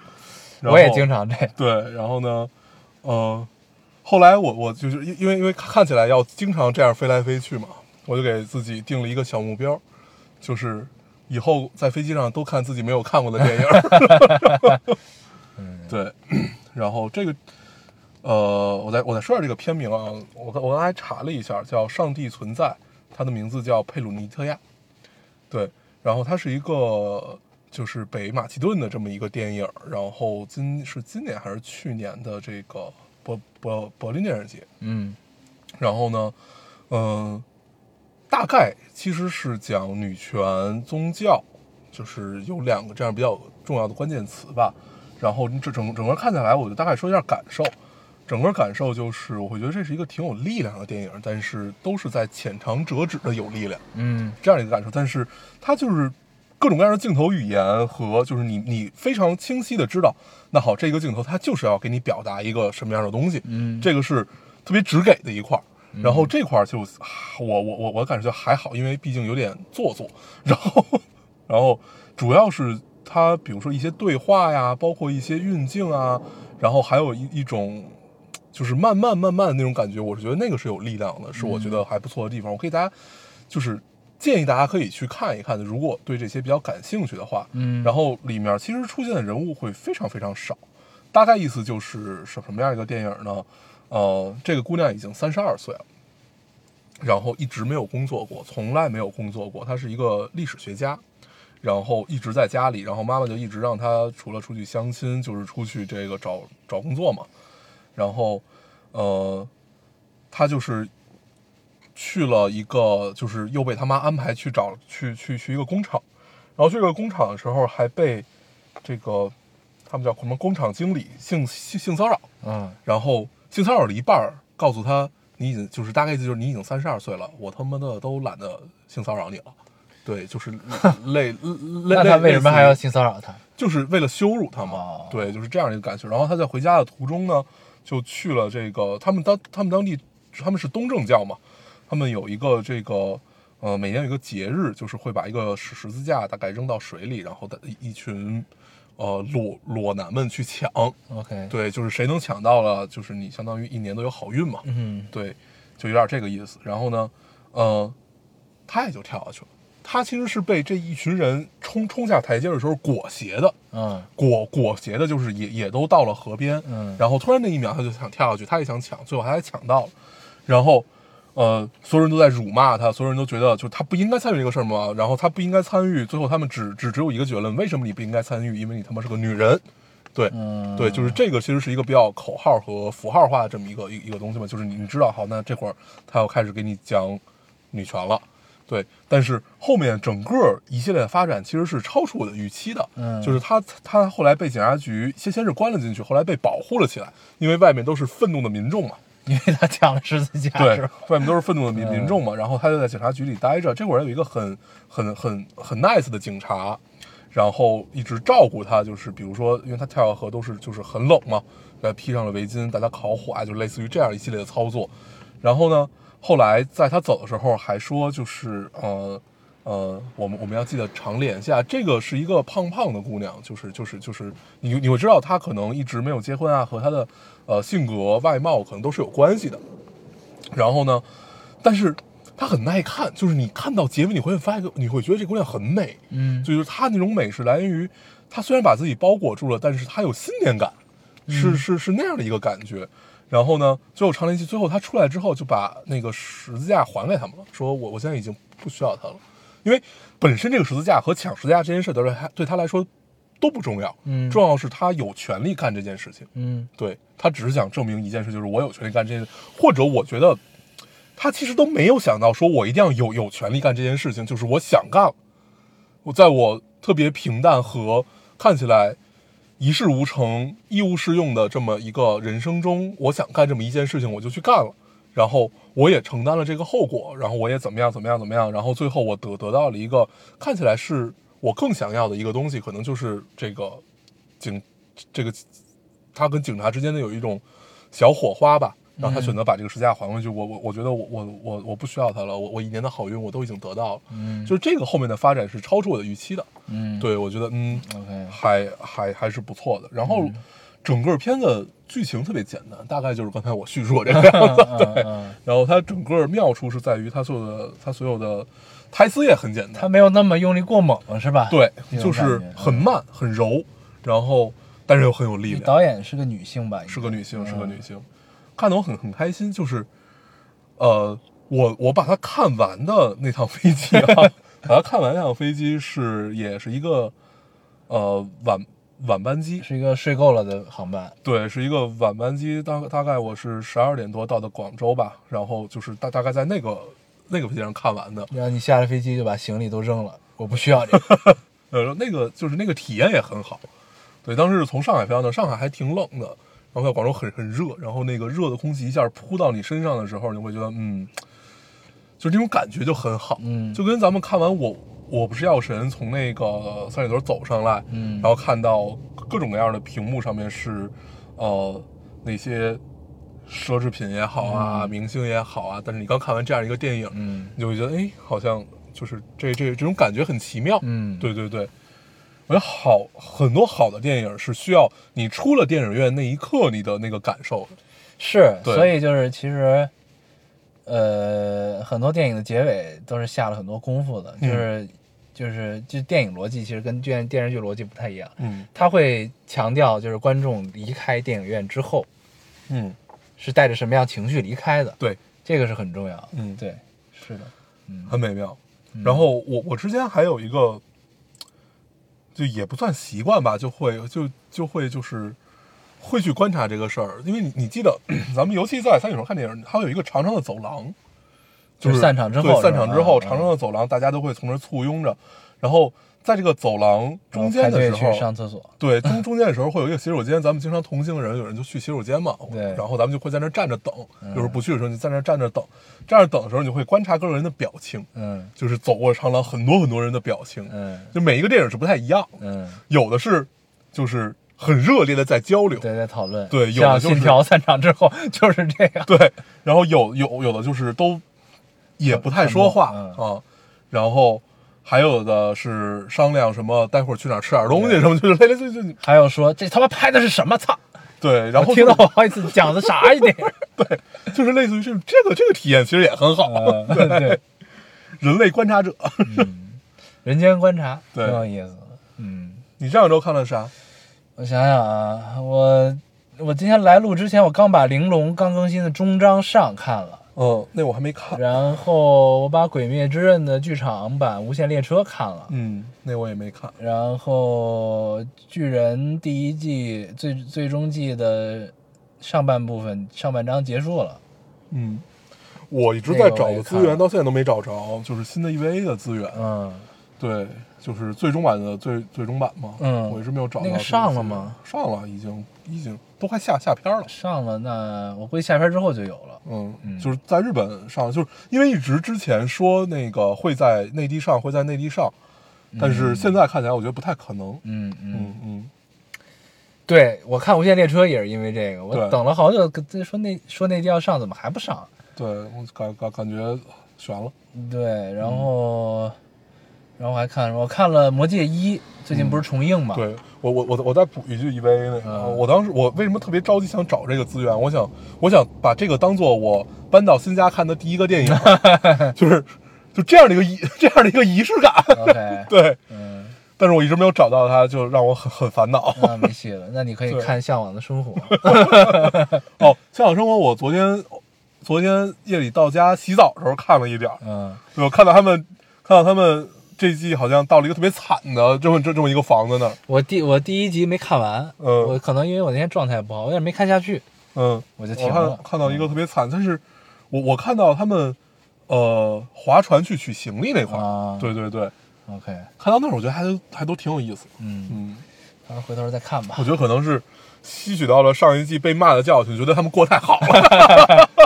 B: 然后
A: 我也经常这样，
B: 对，然后呢，呃，后来我我就是因因为因为看起来要经常这样飞来飞去嘛，我就给自己定了一个小目标，就是以后在飞机上都看自己没有看过的电影儿。 对，然后这个，呃，我再我再说下这个片名啊，我刚我刚才查了一下，叫《上帝存在》，它的名字叫佩鲁尼特亚。对，然后它是一个就是北马其顿的这么一个电影儿，然后今是今年还是去年的这个柏柏柏林电影节，
A: 嗯
B: 然后呢，嗯、大概其实是讲女权宗教，就是有两个这样比较重要的关键词吧。然后这整整个看下来，我就大概说一下感受。整个感受就是，我会觉得这是一个挺有力量的电影，但是都是在浅尝辄止的有力量。
A: 嗯
B: 这样一个感受，但是它就是各种各样的镜头语言和就是你你非常清晰的知道，那好，这个镜头它就是要给你表达一个什么样的东西，
A: 嗯，
B: 这个是特别直给的一块儿。然后这块儿就啊我我我我感觉还好，因为毕竟有点做作。然后 然后主要是它，比如说一些对话呀，包括一些运镜啊，然后还有一一种就是慢慢慢慢的那种感觉，我是觉得那个是有力量的，是我觉得还不错的地方。我可以大家就是建议大家可以去看一看，如果对这些比较感兴趣的话，
A: 嗯，
B: 然后里面其实出现的人物会非常非常少，大概意思就是什什么样一个电影呢？呃，这个姑娘已经三十二岁了，然后一直没有工作过，从来没有工作过。她是一个历史学家，然后一直在家里，然后妈妈就一直让她除了出去相亲，就是出去这个找找工作嘛。然后，呃，她就是去了一个，就是又被他妈安排去找去去去一个工厂，然后去这个工厂的时候还被这个他们叫什么工厂经理性性性骚扰，
A: 嗯
B: 然后性骚扰了一半儿，告诉他你已经就是大概意思就是你已经三十二岁了，我他妈的都懒得性骚扰你了，对，就是 类类
A: 那他为什么还？
B: 类
A: 要
B: 类似于
A: 性骚扰他？
B: 就是为了羞辱他嘛？
A: 哦
B: 对，就是这样一个感觉。然后他在回家的途中呢，就去了这个他们当他们当地他们是东正教嘛，他们有一个这个呃每年有一个节日，就是会把一个十十字架大概扔到水里，然后的一一群呃裸裸男们去抢。
A: OK，，
B: 对，就是谁能抢到了，就是你相当于一年都有好运嘛。
A: 嗯，
B: 对，就有点这个意思。然后呢，呃，他也就跳下去了。他其实是被这一群人冲冲下台阶的时候裹挟的，
A: 嗯，
B: 裹裹挟的，就是也也都到了河边，
A: 嗯
B: 然后突然那一秒他就想跳下去，他也想抢，最后他还抢到了，然后，呃，所有人都在辱骂他，所有人都觉得就他不应该参与这个事儿嘛，然后他不应该参与，最后他们只只只有一个结论，为什么你不应该参与？因为你他妈是个女人，对，
A: 嗯
B: 对，就是这个其实是一个比较口号和符号化的这么一个一一个东西嘛，就是你你知道，好，那这会儿他要开始给你讲女权了。对，但是后面整个一系列的发展其实是超出我的预期的，
A: 嗯
B: 就是他他后来被警察局先先是关了进去，后来被保护了起来，因为外面都是愤怒的民众嘛，
A: 因为他抢了十字架，
B: 对
A: 是吧，嗯
B: 外面都是愤怒的民民众嘛，然后他就在警察局里待着。这会儿有一个很很很很 nice 的警察，然后一直照顾他，就是比如说，因为他跳下河都是就是很冷嘛，给他披上了围巾，带他烤火啊，就类似于这样一系列的操作。然后呢，后来在他走的时候还说，就是呃呃，我们我们要记得常联系啊。这个是一个胖胖的姑娘，就是就是就是你你会知道她可能一直没有结婚啊，和她的呃性格外貌可能都是有关系的。然后呢，但是她很耐看，就是你看到结尾你会发现，你会觉得这姑娘很美，
A: 嗯
B: 就是她那种美是来源于她虽然把自己包裹住了，但是她有新鲜感，是是是那样的一个感觉。然后呢，最后长联系，最后她出来之后就把那个十字架还给他们了，说我我现在已经不需要它了，因为本身这个十字架和抢十字架这件事，对她对她来说都不重要，
A: 嗯
B: 重要是她有权利干这件事情。
A: 嗯
B: 对他只是想证明一件事，就是我有权利干这件事，或者我觉得他其实都没有想到说我一定要有有权利干这件事情，就是我想干了。我在我特别平淡和看起来一事无成、一无是用的这么一个人生中，我想干这么一件事情，我就去干了。然后我也承担了这个后果，然后我也怎么样怎么样怎么样，然后最后我得得到了一个看起来是我更想要的一个东西，可能就是这个警这个他跟警察之间的有一种小火花吧，
A: 嗯
B: 然后他选择把这个十字架还回去。我我我觉得我我我我不需要他了，我我一年的好运我都已经得到了。
A: 嗯
B: 就是这个后面的发展是超出我的预期的。
A: 嗯，
B: 对，我觉得嗯，
A: ，OK，
B: 还还还是不错的。然
A: 嗯
B: 后整个片子剧情特别简单，大概就是刚才我叙述的这个样子。
A: 对，嗯
B: 然后它整个妙处是在于它所有的它所有的台词也很简单
A: 他，没有那么用力过猛，是吧？
B: 对
A: 这，种
B: 就
A: 感觉
B: 是很慢很柔，然后但是又很有力
A: 嗯
B: 量。
A: 导演是个女性吧？应该
B: 是个女性，是个女性，看得我很很开心。就是，呃，我我把它看完的那趟飞机啊，把它看完那趟飞机是也是一个呃晚晚班机，
A: 是一个睡够了的航班。
B: 对，是一个晚班机，大大概我是十二点多到的广州吧，然后就是大大概在那个那个飞机上看完的，
A: 然后你下了飞机就把行李都扔了，我不需要这 个。
B: 呃，那个就是那个体验也很好。对，当时是从上海飞到那，上海还挺冷的，然后在广州很很热，然后那个热的空气一下扑到你身上的时候，你会觉得嗯，就是那种感觉就很好，
A: 嗯
B: 就跟咱们看完我我不是药神从那个三里屯走上来，
A: 嗯
B: 然后看到各种各样的屏幕上面是呃那些奢侈品也好啊，明星也好啊，但是你刚看完这样一个电影，
A: 嗯
B: 你就会觉得哎，好像就是这这这种感觉很奇妙，
A: 嗯，
B: 对对对，我觉得好很多好的电影是需要你出了电影院那一刻你的那个感受的。
A: 是，
B: 对
A: 所以就是其实，呃，很多电影的结尾都是下了很多功夫的，就是、
B: 嗯
A: 就是就电影逻辑其实跟电电视剧逻辑不太一样，
B: 嗯
A: 它会强调就是观众离开电影院之后
B: 嗯，
A: 是带着什么样情绪离开的，
B: 对，
A: 这个是很重要的。
B: 嗯
A: 对，嗯是的，
B: 很美妙。然后我我之前还有一个，就也不算习惯吧，就会就就会就是会去观察这个事儿，因为你你记得咱们尤其在三里屯看电影，它会有一个长长的走廊，
A: 就是
B: 是
A: 散场之后
B: 对
A: 是吧
B: 散场之后
A: 嗯
B: 长长的走廊，大家都会从那儿簇拥着，然后。在这个走廊中间的时
A: 然后排队
B: 候，
A: 去上厕所，
B: 对中中间的时候会有一个洗手间，咱们经常同行的人有人就去洗手间嘛，
A: 对嗯
B: 然后咱们就会在那儿站着等，有时候不去的时候你就在那儿站着等，站着等的时候你会观察各个人的表情，
A: 嗯
B: 就是走过长廊很多很多人的表情，
A: 嗯
B: 就每一个电影是不太一样的，
A: 嗯，
B: 有的是就是很热烈的在交流，
A: 对，在讨论，
B: 对有
A: 像
B: 的就是
A: 信条散场之后就是这样，
B: 对，然后有有有的就是都也不太说话
A: 沉
B: 啊，然后还有的是商量什么，待会儿去哪儿吃点东西什么，就是类类就就
A: 还有说这他妈拍的是什么？操！
B: 对，然后
A: 我听
B: 就
A: 到我好几次讲的啥呀？你
B: 就是类似于这种这个这个体验其实也很好，
A: 嗯对，
B: 人类观察者。
A: 人间观察挺
B: 对
A: 有意思的。嗯，
B: 你上周看了啥？
A: 我想想啊，我我今天来录之前，我刚把玲珑刚更新的终章上看了。
B: 嗯，那我还没看。
A: 然后我把《鬼灭之刃》的剧场版《无限列车》看了，
B: 嗯，那我也没看。
A: 然后《巨人》第一季最最终季的上半部分上半章结束了。
B: 嗯，我一直
A: 那
B: 在
A: 个我
B: 找
A: 也
B: 的
A: 看
B: 资源，
A: 了
B: 到现在都没找着，就是新的 EVA 的资源。
A: 嗯，
B: 对，就是最终版的最最终版嘛。
A: 嗯
B: 我一直没有找到。
A: 那个上了吗？
B: 上了，已经已经都快下下片了。
A: 上了那我估计下片之后就有了。
B: 嗯，就是在日本上，就是因为一直之前说那个会在内地上，会在内地上，但是现在看起来我觉得不太可能。
A: 嗯嗯，
B: 嗯嗯，
A: 对我看《无限列车》也是因为这个，我
B: 对
A: 等了好久，跟说那说那地要上，怎么还不上？
B: 对我感感感觉悬了。
A: 对，然后、然后还看什么？我看了《魔戒一》，最近不是重映嘛？
B: 对我我我我再补一句 EVA 那个，
A: 嗯
B: 我当时我为什么特别着急想找这个资源？我想我想把这个当做我搬到新家看的第一个电 影，就是就这样的一个仪这样的一个仪式感。
A: ，OK，
B: 对，
A: 嗯，
B: 但是我一直没有找到它，就让我很很烦恼。
A: 那没戏了。那你可以
B: 对
A: 看《向往的生 活》。
B: 哦，《向往生活》，我昨天昨天夜里到家洗澡的时候看了一点儿，
A: 嗯，
B: 我看到他们看到他们这季好像到了一个特别惨的这么这这么一个房子那儿，
A: 我第我第一集没看完，
B: 嗯
A: 我可能因为我那天状态不好，我有点没看下去。
B: 嗯，
A: 我
B: 我
A: 就停了嗯
B: 看看到一个特别惨，但是我我看到他们呃划船去取行李那块儿，
A: 啊
B: 对对对，
A: OK，
B: 看到那儿我觉得还都还都挺有意思，
A: 嗯，
B: 嗯，
A: 咱们回头再看吧
B: 我。觉得可能是吸取到了上一季被骂的教训，觉得他们过太好了，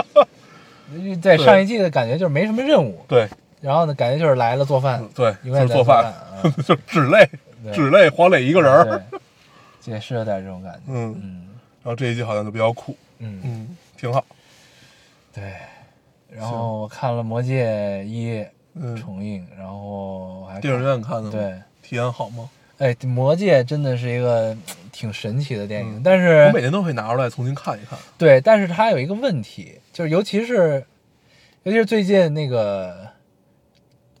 A: 因为在
B: 嗯对
A: 上一季的感觉就是没什么任务，
B: 对
A: 然后呢，感觉就是来了做饭，
B: 对，
A: 永
B: 就
A: 远
B: 是
A: 在
B: 做
A: 饭
B: 饭，
A: 啊，
B: 就是只累
A: 对
B: 只累黄磊一个人儿，
A: 对，也是有点这种感觉。
B: 嗯。
A: 嗯
B: 然后这一季好像就比较苦，
A: 嗯，
B: 嗯，挺好。
A: 对。然后我看了《魔戒一》
B: 嗯，
A: 重映，然后我还看
B: 电影院嗯看的吗
A: 对，
B: 体验好吗？
A: 哎，《魔戒》真的是一个嗯挺神奇的电影，
B: 嗯
A: 但是
B: 我每年都会拿出来重新看一看。
A: 对，但是它有一个问题，就是尤其是，尤其是最近那个，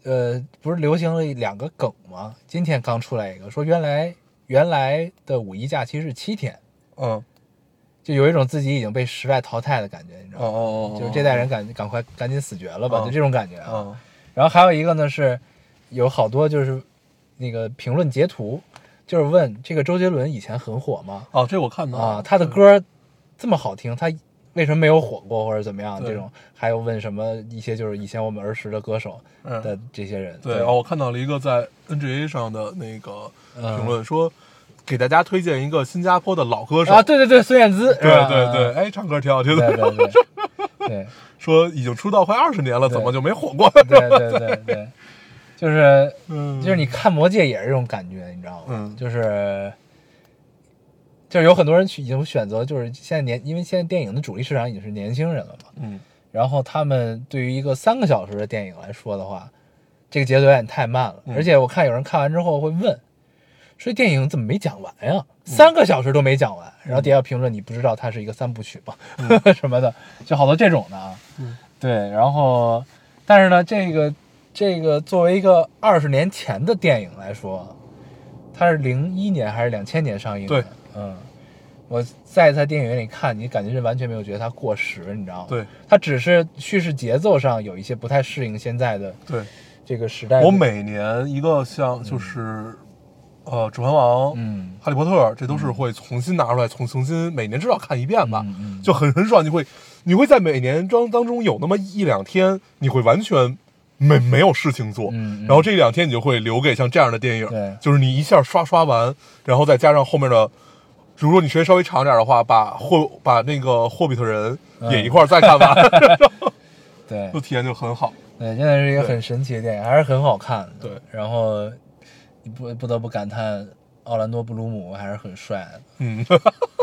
A: 呃，不是流行了两个梗吗？今天刚出来一个，说原来原来的五一假期是七天，
B: 嗯，
A: 就有一种自己已经被时代淘汰的感觉，你知
B: 哦
A: 道吗？
B: 哦哦，
A: 就是这代人赶赶快赶紧死绝了吧，
B: 哦
A: 就这种感觉啊。
B: 啊，
A: 然后还有一个呢是，有好多就是那个评论截图，就是问这个周杰伦以前很火吗？
B: 哦，这我看到
A: 啊
B: 了，
A: 他的歌这么好听，他为什么没有火过或者怎么样？
B: 对
A: 这种还有问什么一些就是以前我们儿时的歌手
B: 嗯
A: 的这些人，
B: 对哦，我看到了一个在 NGA 上的那个
A: 嗯
B: 评论说，给大家推荐一个新加坡的老歌手。
A: 啊，对对对，孙燕姿，是
B: 对
A: 吧啊
B: 对对，，哎，唱歌挺好听
A: 对
B: 的。
A: 对对对
B: 说已经出道快二十年了，
A: 对
B: 怎么就没火过？
A: 对对对对，就是
B: 嗯，
A: 就是你看《魔戒》也是这种感觉，你知道吗？
B: 嗯
A: 就是。就是有很多人去已经选择，就是现在年，因为现在电影的主力市场已经是年轻人了嘛，
B: 嗯，
A: 然后他们对于一个三个小时的电影来说的话，这个节奏有点太慢了。
B: 嗯
A: 而且我看有人看完之后会问，说电影怎么没讲完
B: 嗯
A: 呀、三个小时都没讲完。然后底下评论你不知道它是一个三部曲吗？ 什么的，就好多这种的啊。
B: 嗯
A: 对，然后但是呢，这个这个作为一个二十年前的电影来说，它是零一年还是两千年上映的？
B: 对，
A: 嗯。我在在电影院里看，你感觉是完全没有觉得它过时，你知道吗？
B: 对
A: 它只是叙事节奏上有一些不太适应现在的
B: 对，
A: 这个时代的。
B: 我每年一个像就是，呃，《指环王》
A: 嗯
B: 哈利波特》，这都是会重新拿出来，重重新每年至少看一遍吧，
A: 嗯嗯
B: 就很很爽。你会你会在每年当当中有那么一两天，你会完全没没有事情做，
A: 嗯嗯
B: 然后这两天你就会留给像这样的电影，
A: 对
B: 就是你一下刷刷完，然后再加上后面的，如果你时间稍微长点的话，把霍把那个霍比特人也一块儿再看 完，
A: 对
B: 就 体验就很好。
A: 对，真的是一个
B: 对
A: 很神奇的电影，还是很好看的。
B: 对，
A: 然后不不得不感叹奥兰多·布鲁姆还是很帅的，
B: 嗯，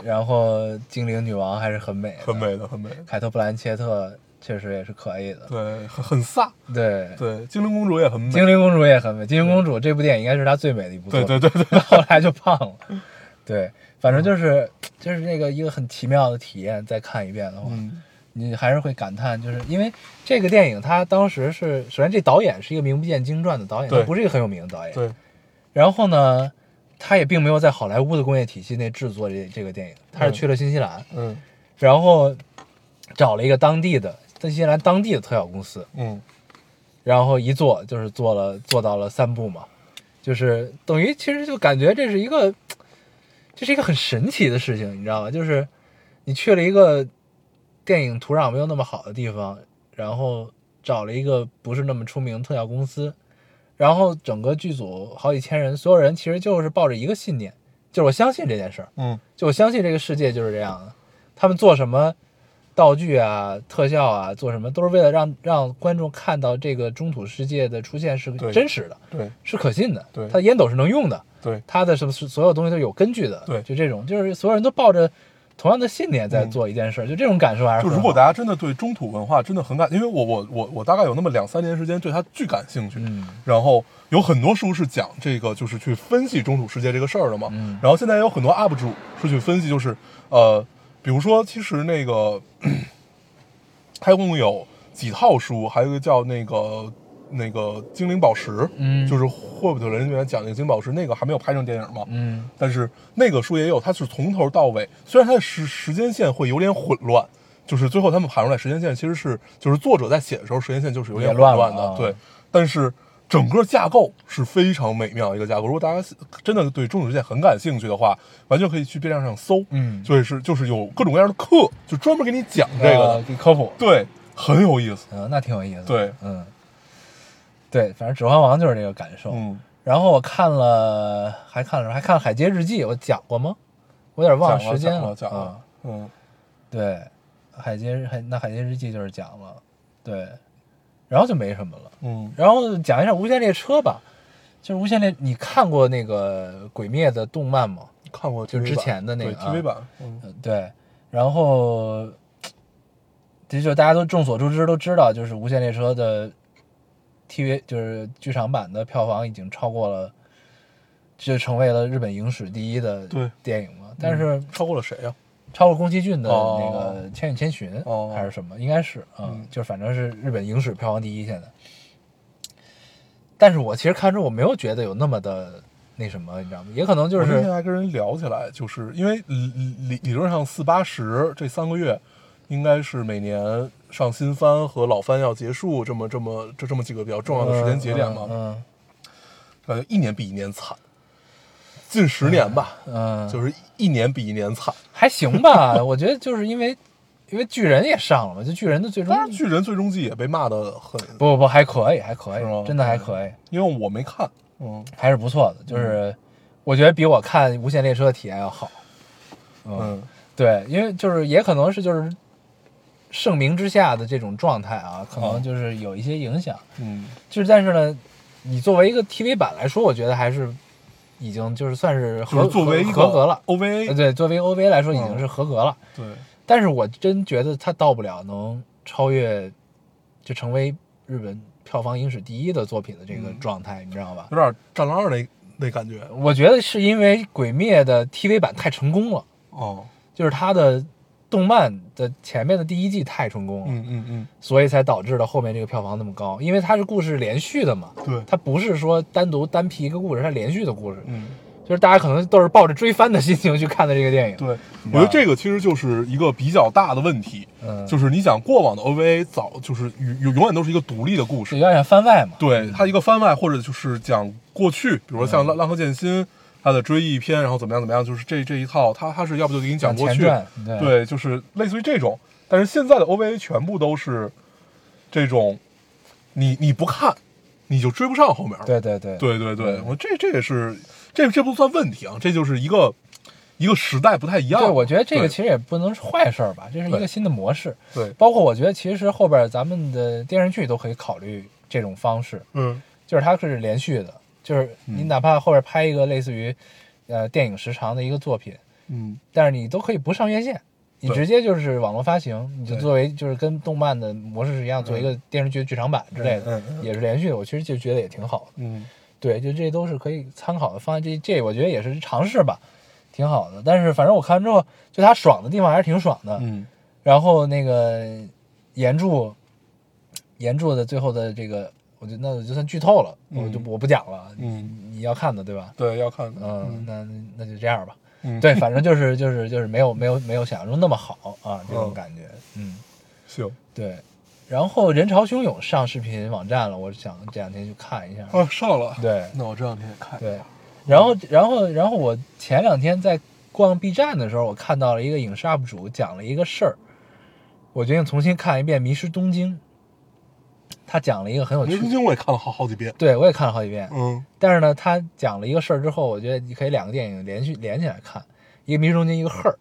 A: 然后精灵女王还是很美，
B: 很。美的，很美的，
A: 凯特·布兰切特确实也是可以的，
B: 对，很很飒，
A: 对
B: 对，精灵公主也很美，
A: 精灵公主也很美，精灵公主这部电影应该是她最美的一部作
B: 对
A: 品。
B: 对对对，
A: 后来就胖了。对，反正就是就是这个一个很奇妙的体验，再看一遍的话，
B: 嗯
A: 你还是会感叹，就是因为这个电影它当时是，首先这导演是一个名不见经传的导演，
B: 对
A: 他不是一个很有名的导演。
B: 对，
A: 然后呢，他也并没有在好莱坞的工业体系内制作这这个电影，他是
B: 嗯
A: 去了新西兰，
B: 嗯
A: 然后找了一个当地的在新西兰当地的特效公司，
B: 嗯，
A: 然后一做就是做了做到了三部嘛，就是等于其实就感觉这是一个，这是一个很神奇的事情，你知道吗？就是你去了一个电影土壤没有那么好的地方，然后找了一个不是那么出名的特效公司，然后整个剧组好几千人，所有人其实就是抱着一个信念，就是我相信这件事儿，
B: 嗯
A: 就我相信这个世界就是这样的，他们做什么道具啊、特效啊，做什么都是为了让让观众看到这个中土世界的出现是
B: 对
A: 真实的，
B: 对
A: 是可信的，
B: 对
A: 它的烟斗是能用的，
B: 对
A: 它的什么所有东西都是有根据的，
B: 对嗯
A: 就这种，就是所有人都抱着同样的信念在做一件事儿，就这种感受还是
B: 就
A: 很
B: 如果
A: 好
B: 大家真的对中土文化真的很感，因为我我我我大概有那么两三年时间对它巨感兴趣，
A: 嗯
B: 然后有很多书是讲这个，就是去分析中土世界这个事儿的嘛。
A: 嗯
B: 然后现在有很多 UP 主是去分析，就是呃，比如说其实那个 它一共有几套书，还有一个叫那个那个精灵宝石，
A: 嗯
B: 就是霍比特人里面讲那个精灵宝石，那个还没有拍成电影嘛。
A: 嗯
B: 但是那个书也有，它是从头到尾，虽然它的时时间线会有点混乱，就是最后他们盘出来时间线其实是就是作者在写的时候时间线就是有点
A: 也
B: 混
A: 乱了
B: 乱的，
A: 啊
B: 对。但是整个架构是非常美妙的一个架构，如果大家真的对中土世界很感兴趣的话，完全可以去 B 站上搜，
A: 嗯
B: 就是就是有各种各样的课，就专门给你讲这个的，
A: 呃科普，
B: 对，很有意思，
A: 嗯、那挺有意思的，
B: 对
A: 嗯，对，反正《指环王》就是这个感受，
B: 嗯，
A: 然后我看了，还看了什么？还看了《海街日记》，我讲过吗？我有点忘
B: 讲
A: 时间
B: 了讲了，讲
A: 啊
B: 了。嗯，
A: 对，《海街日海》那《海街日记》就是讲了，对，然后就没什么了。
B: 嗯
A: 然后讲一下《无限列车》吧，就是《无限列》，你看过那个《鬼灭》的动漫吗？
B: 看过
A: 就
B: TV
A: 之
B: 版
A: 前的那
B: 对
A: 个啊
B: TV 版，嗯
A: 呃对，然后这就大家都众所周知都知道，就是《无限列车》的 TV 就是剧场版的票房已经超过了，就成为了日本影史第一的
B: 对
A: 电影嘛。但是
B: 超过了谁啊呀？
A: 超过宫崎骏的那
B: 哦
A: 个《千与千寻》
B: 哦
A: 还是什么，应该是啊、
B: 嗯
A: 就反正是日本影史票房第一现在。但是我其实看之后我没有觉得有那么的那什么，你知道吗？也可能就
B: 我那
A: 是
B: 天还跟人聊起来，就是因为理理理论上四八十这三个月，应该是每年上新番和老番要结束，这么这么这这么几个比较重要的时间节点嘛，
A: 嗯嗯
B: 感觉一年比一年惨，近十年吧，
A: 嗯，
B: 就是一年比一年惨。
A: 还行 吧，我觉得就是因为因为巨人也上了嘛，就巨人的最终
B: 当然，巨人最终季也被骂的很，
A: 不不不还可以，还可
B: 是吗嗯
A: 以，真的还可以，
B: 因为我没看，嗯
A: 还是不错的，就是我觉得比我看《无限列车》的体验要好。
B: 嗯，
A: 对，因为就是也可能是就是盛名之下的这种状态啊，可能就是有一些影响。
B: 嗯
A: 就是但是呢，你作为一个 TV 版来说，我觉得还是已经就是算是
B: 就
A: 合
B: 是作为一个
A: 合合格了。呃
B: OVA，
A: 对，作为 OVA 来说已经
B: 嗯
A: 是合格了。
B: 对，
A: 但是我真觉得它到不了能超越，就成为日本票房影史第一的作品的这
B: 嗯
A: 个状态，你知道吧
B: 有？点《战狼二》那那感觉
A: 我觉得是因为《鬼灭》的 TV 版太成功了，
B: 哦，
A: 就是它的动漫的前面的第一季太成功了，
B: 嗯嗯
A: 所以才导致了后面这个票房那么高。因为它是故事连续的嘛，
B: 嗯，对，
A: 它不是说单独单批一个故事，它是连续的故事，
B: 嗯。
A: 就是大家可能都是抱着追番的心情去看的这个电影。
B: 对，
A: 你知
B: 我觉得
A: 道
B: 这个其实就是一个比较大的问题，
A: 嗯
B: 就是你想过往的 OVA 早就是永永远都是一个独立的故
A: 是
B: 事，
A: 有点番外嘛。
B: 对它一个番外或者就是讲过去，比如说
A: 嗯
B: 像浪浪客剑心它的追忆篇，然后怎么样怎么样，就是这这一套，它它是要不就给你讲过
A: 前
B: 去，
A: 传对
B: 对，就是类似于这种，但是现在的 OVA 全部都是这种。你你不看，你就追不上后面了。
A: 对嗯对对，
B: 对对对，我这这也是这这不算问题啊，这就是一个一个时代不太一样。
A: 对，我觉得这个
B: 哦对
A: 其实也不能是坏事儿吧，这是一
B: 对
A: 个新的模式。
B: 对，
A: 包括我觉得其实后边咱们的电视剧都可以考虑这种方式，
B: 嗯
A: 就是它是连续的，就是你
B: 嗯
A: 哪怕后边拍一个类似于呃电影时长的一个作品，
B: 嗯，
A: 但是你都可以不上院线，你
B: 对
A: 直接就是网络发行，你就
B: 对
A: 作为就是跟动漫的模式是一样，做一个电视剧的剧场版之类的
B: 嗯嗯，嗯
A: 也是连续的。我其实就觉得也挺好的。
B: 嗯，
A: 对，就这都是可以参考的方案。这这我觉得也是尝试吧，挺好的。但是反正我看完之后，就它爽的地方还是挺爽的。
B: 嗯，
A: 然后那个岩柱，岩柱的最后的这个，我就那我就算剧透了，我就
B: 嗯
A: 我不讲了。
B: 嗯
A: 你你要看的对吧？
B: 对，要看，
A: 嗯，那那就这样吧。
B: 嗯，
A: 对，反正就是就是就是没有没有没有想象中那么好啊，这种
B: 嗯
A: 感觉。嗯，
B: 行
A: 对。然后人潮汹涌上视频网站了，我想这两天去看一下。
B: 啊，上了。
A: 对
B: 那我这两天也看。
A: 对，然后然后然后我前两天在逛 B 站的时候，我看到了一个影视 UP 主讲了一个事儿，我决定重新看一遍《迷失东京》。他讲了一个很有
B: 明
A: 趣，
B: 星我也看了好好几遍。
A: 对我也看了好几遍。
B: 嗯
A: 但是呢，他讲了一个事儿之后，我觉得你可以两个电影连续连起来看，一个《迷失东京》，一个《Her》。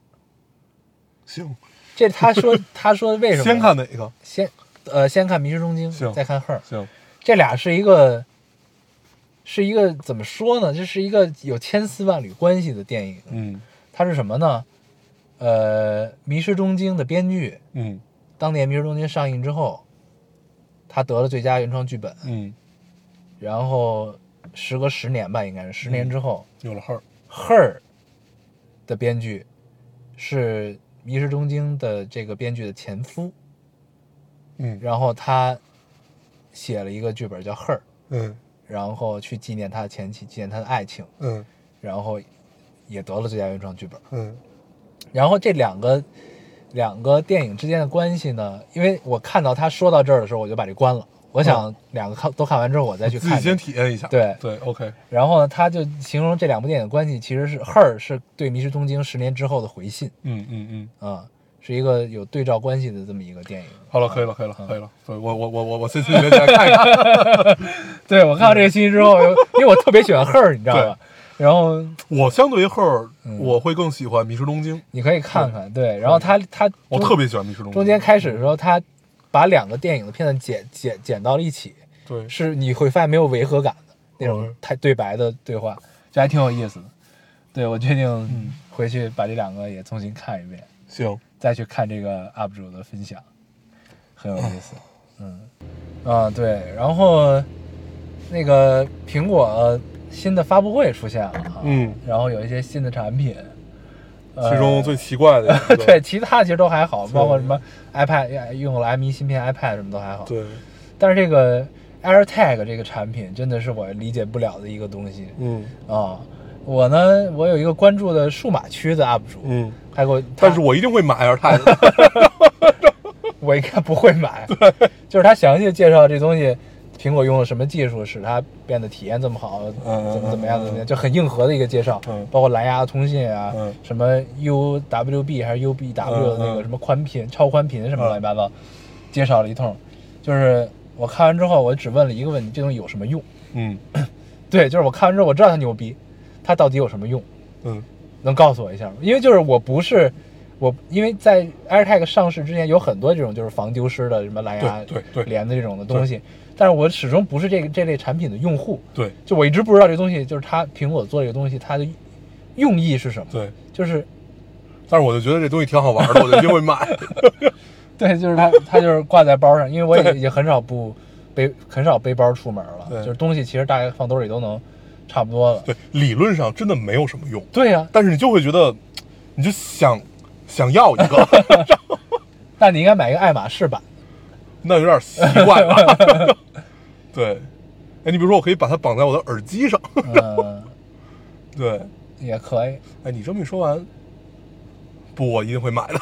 B: 行，
A: 这他说他说为什么
B: 先看哪个？
A: 先呃先看《迷失东京
B: 行》，
A: 再看《Her》，
B: 行，
A: 这俩是一个是一个怎么说呢？这是一个有千丝万缕关系的电影。
B: 嗯
A: 它是什么呢？呃，《迷失东京》的编剧，
B: 嗯
A: 当年《迷失东京》上映之后，他得了最佳原创剧本，
B: 嗯，
A: 然后时隔十年吧，应该是十年之后，
B: 有了 her，
A: Her》的编剧是《迷失东京》的这个编剧的前夫，
B: 嗯
A: 然后他写了一个剧本叫《Her》，
B: 嗯
A: 然后去纪念他的前妻，纪念他的爱情，
B: 嗯
A: 然后也得了最佳原创剧本。
B: 嗯
A: 然后这两个两个电影之间的关系呢，因为我看到他说到这儿的时候，我就把这关了。我想两个看都看完之后，我再去
B: 自
A: 看
B: 己
A: 这个。
B: 先体验一下。
A: 对
B: 对，OK，
A: 然后呢，他就形容这两部电影的关系其实是《Her》是对《迷失东京》十年之后的回信。
B: 嗯嗯嗯，
A: 啊，是一个有对照关系的这么一个电影。
B: 好了，可以了，可以了，可以了。对我我我我我先去你家看一看。
A: 对我看到这个信息之后， 因为我特别喜欢 her，你知道吧？然后
B: 我相对于 her，我会更喜欢《迷失东京》，
A: 你可以看看，对，然后他他
B: 我
A: 中
B: 特别喜欢《迷失东京》。
A: 中间开始的时候，他把两个电影的片段剪剪剪到了一起，
B: 对，
A: 是你会发现没有违和感的那种
B: 嗯
A: 太对白的对话，就还挺有意思的。对我决定回去把这两个也重新看一遍，
B: 行，
A: 再去看这个 UP 主的分享，很有意思。
B: 啊
A: 嗯，啊对，然后那个苹果新的发布会出现了啊，
B: 嗯
A: 然后有一些新的产品，呃
B: 其中最奇怪的 一个
A: 对其他其实都还好，包括什么 iPad 用了 M1 芯片 iPad 什么都还好，
B: 对，
A: 但是这个 AirTag 这个产品真的是我理解不了的一个东西
B: 嗯
A: 啊。我呢，我有一个关注的数码区的 UP 主，
B: 嗯，
A: 他给我，
B: 但是我一定会买 AirTag。
A: 我应该不会 买。就是他详细地介绍这东西，苹果用了什么技术使它变得体验这么好，
B: 嗯
A: 怎么怎么
B: 嗯
A: 样
B: 嗯
A: 怎么样，就很硬核的一个介绍。
B: 嗯
A: 包括蓝牙通信啊，
B: 嗯
A: 什么 UWB 还是 UBW 的那
B: 嗯
A: 个
B: 嗯
A: 什么宽频、超宽频什么
B: 嗯
A: 乱七八糟，介绍了一通。就是我看完之后，我只问了一个问题：这东西有什么用？
B: 嗯
A: 对，就是我看完之后我知道它牛逼，它到底有什么用？
B: 嗯
A: 能告诉我一下吗？因为就是我不是我，因为在 AirTag 上市之前有很多这种就是防丢失的什么蓝牙
B: 对对对
A: 连的这种的东西，但是我始终不是这个这类产品的用户，
B: 对
A: 就我一直不知道这东西就是它苹果做这个东西它的用意是什么，
B: 对，
A: 就是
B: 但是我就觉得这东西挺好玩 的，我就一定会买。
A: 对，就是它它就是挂在包上，因为我
B: 对
A: 也也很少不背很少背包出门了，
B: 对
A: 就是东西其实大家放兜里都能差不多了，
B: 对，理论上真的没有什么用，
A: 对呀、
B: 但是你就会觉得，你就想想要一 个，
A: 那你应该买一个爱马仕 版，
B: 那有点奇怪吧？对，哎，你比如说，我可以把它绑在我的耳机上。
A: 嗯，
B: 对，
A: 也可以，
B: 哎，你这么一说完，不，我一定会买的。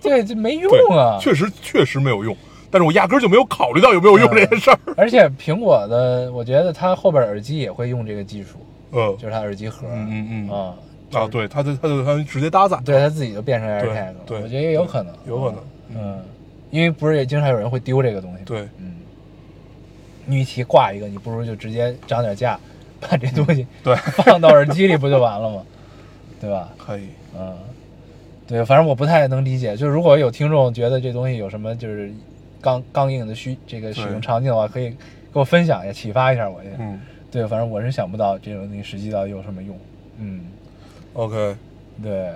A: 对，这没用
B: 对，
A: 啊，
B: 确实确实没有用，但是我压根儿就没有考虑到有没有用这件事儿。
A: 而且苹果的，我觉得它后边耳机也会用这个技术，
B: 嗯
A: 就是它耳机盒，
B: 嗯嗯嗯
A: 啊，
B: 啊，对，它就它就它就直接搭载。
A: 对它自己就变成
B: 对
A: AirTag 了，
B: 对
A: 我觉得也有可能，
B: 有可能嗯
A: 嗯，因为不是也经常有人会丢这个东西吗，
B: 对，
A: 嗯，女题挂一个，你不如就直接涨点价，把这东西
B: 嗯对
A: 放到耳机里不就完了吗？对吧？
B: 可以，
A: 嗯，对，反正我不太能理解，就是如果有听众觉得这东西有什么就是刚刚硬的需这个使用
B: 对
A: 场景的话，可以给我分享一下，启发一下我也。
B: 嗯
A: 对，反正我是想不到这种东西实际到底有什么用。嗯，
B: ，OK，
A: 对。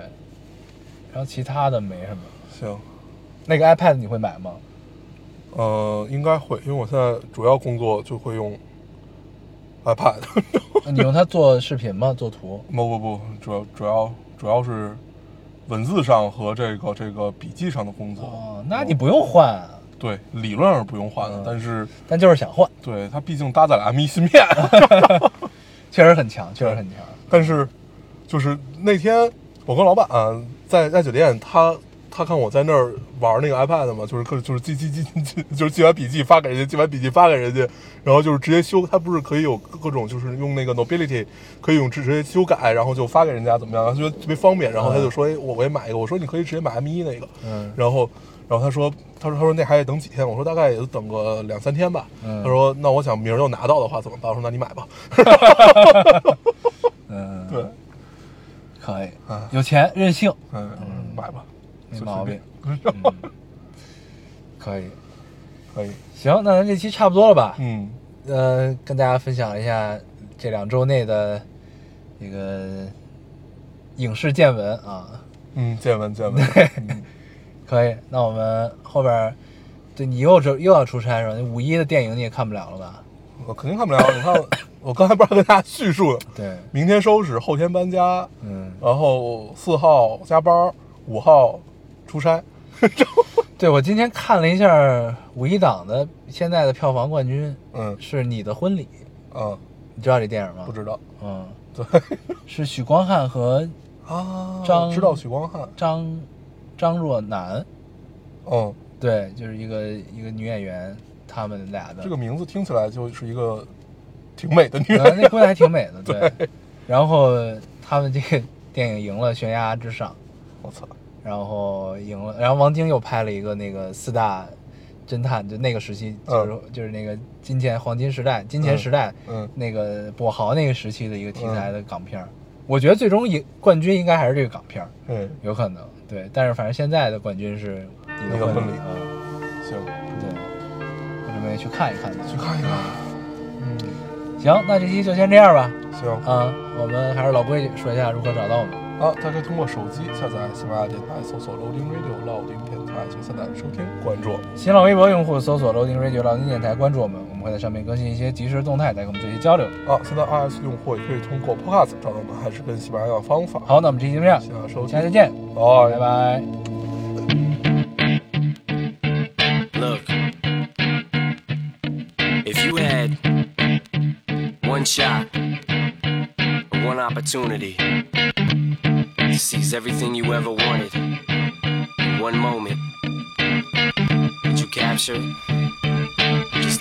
A: 然后其他的没什么。
B: 行，
A: 那个 iPad 你会买吗？
B: 呃，应该会，因为我现在主要工作就会用 iPad，
A: 你用它做视频吗？做图？
B: 不不不，主要主要主要是文字上和这个这个笔记上的工作。
A: 哦，那你不用换啊，
B: 对，理论上是不用换的，
A: 嗯
B: 但是
A: 但就是想换，
B: 对它毕竟搭载了 M1 芯片，
A: 确实很强，确实很强。
B: 但是就是那天我跟老板、在在酒店，他他看我在那儿玩那个 iPad 嘛，就是各就是记记记记，就是记完笔记发给人家，记完笔记发给人家，然后就是直接修，他不是可以有各种就是用那个 Nobility 可以用直直接修改，然后就发给人家怎么样？他觉得特别方便，然后他就说，哎，我我也买一个，我说你可以直接买 M1 那个，
A: 嗯
B: 然后，然后他说，他说，他说那还得等几天。我说大概也就等个两三天吧。
A: 嗯
B: 他说，那我想明儿就拿到的话怎么办？我说那你买吧。
A: 嗯，
B: 对，，
A: 可以
B: 啊，
A: 有钱任性，
B: 嗯，买吧，
A: 没
B: 随
A: 毛
B: 便
A: 病。嗯可以。
B: 可以。
A: 行，那咱这期差不多了吧？
B: 嗯，
A: 呃，跟大家分享一下这两周内的这个影视见闻啊，
B: 嗯，见闻见闻。 嗯
A: 可以。那我们后边儿，对你又这又要出差是吧？那五一的电影你也看不了了吧？
B: 我肯定看不了。你看，我刚才不是跟大家叙述呢，
A: 对，
B: 明天收拾，后天搬家，
A: 嗯，
B: 然后四号加班，五号出差。
A: 对我今天看了一下五一档的现在的票房冠军
B: 嗯
A: 是《你的婚礼》，
B: 嗯，
A: 你知道这电影吗？
B: 不知道。
A: 嗯，
B: 对
A: 是许光汉和
B: 啊，
A: 张
B: 知道许光汉。
A: 张张若楠，
B: 嗯，
A: 对，就是一个一个女演员，他们俩的
B: 这个名字听起来就是一个挺美的女
A: 呃，
B: 人。
A: 那姑娘还挺 美的，对。然后他们这个电影赢了《悬崖之上
B: 我操！》，
A: 然后赢了，然后王晶又拍了一个那个四大侦探，就那个时期，就是、就是那个金钱黄金时代、金钱时代，
B: 嗯
A: 那个跛豪那个时期的一个题材的港片儿。我觉得最终赢冠军应该还是这个港片儿，
B: 嗯，
A: 有可能对。但是反正现在的冠军是你
B: 你
A: 的
B: 的
A: 婚
B: 婚
A: 礼
B: 礼
A: 啊，
B: 行，
A: 对。我准备去看一看。
B: 去看一看。嗯，
A: 行，那这期就先这样吧。
B: 行
A: 啊，我们还是老规矩，说一下如何找到我们。
B: 啊，大家可以通过手机下载喜马拉雅电台，搜索 Loading Radio 老丁电台，就下载收听关注。
A: 新浪微博用户搜索 “loading radio” 老丁电台，关注我们，我们会在上面更新一些即时动态，来跟我们做一些交流。
B: 啊，现在 iOS 用户也可以通过 Podcast 找到我们，还是跟喜马拉雅方法。，
A: 好，那我们这期就这样，
B: 谢谢大家收
A: 下
B: 听
A: 次再，见，
B: 哦，
A: 拜拜。
C: Look, if you had one shot, or one opportunity to seize everything you ever wanted in one moment that you captured, just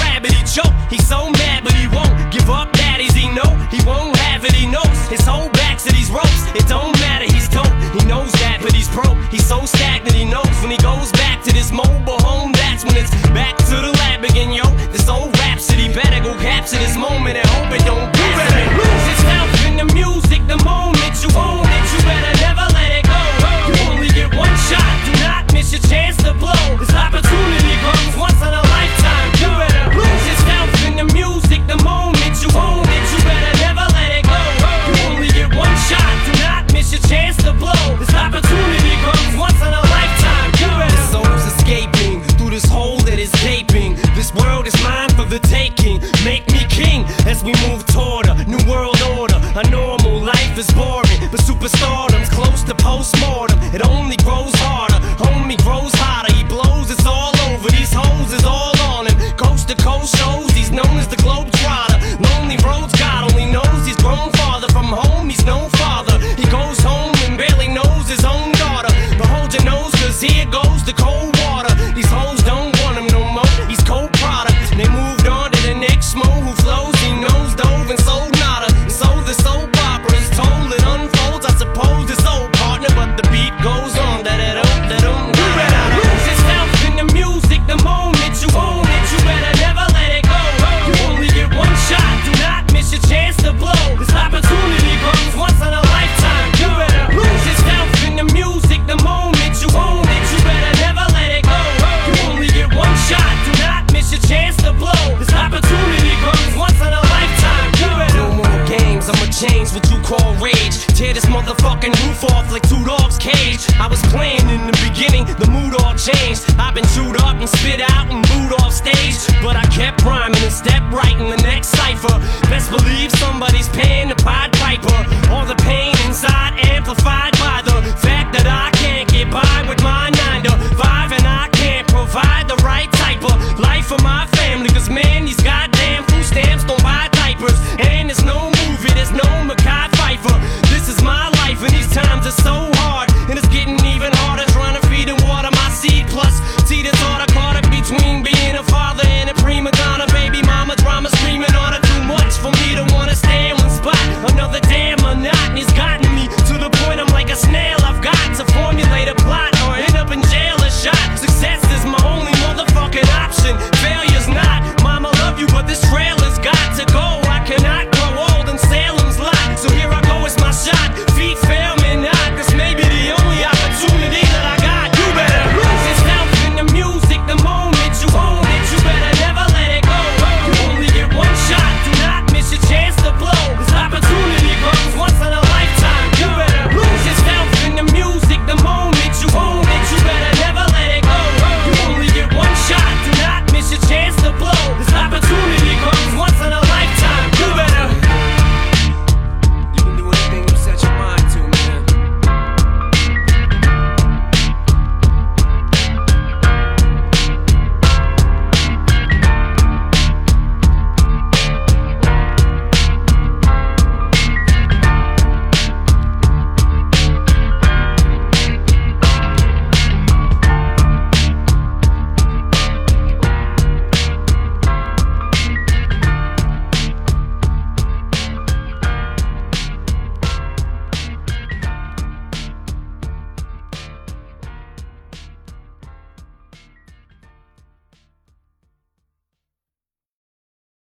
C: rabbit. He choke. He's so mad, but he won't give up. Daddies, he know he won't have it. He knows his whole back to these ropes. It don't matter. He's dope. He knows that, but he's broke. He's so stagnant. He knows when he goes back to this mobile home. That's when it's back to the lab again, yo. This old rhapsody better go capture this moment and hope it don't. You better lose yourself in the music the moment you own it. You better never let it go. You only get one shot. Do not miss your chance to blow. This opportunity comes once in a lifetime. You better lose yourself in the music the moment you own it. You better never let it go. You only get one shot. Do not miss your chance to blow. This opportunity comes once in a lifetime. You better. This soul's escaping through this hole that is gaping. This world is mine for the taking. Make me king as we move toward a new world order. A normal life is boring, but superstardom's close to postmortem. It only grows harder. Homie grows hotter. He blows. It's all over. These hoes is all on him. Coast to coast shows. He's known as the globetrotter. change what you call rage. Tear this motherfucking roof off like two dogs' cage. I was playing in the beginning, the mood all changed. I've been chewed up and spit out and booed off stage. But I kept rhyming and stepped right in the next cipher. Best believe somebody's paying the Pied Piper. All the pain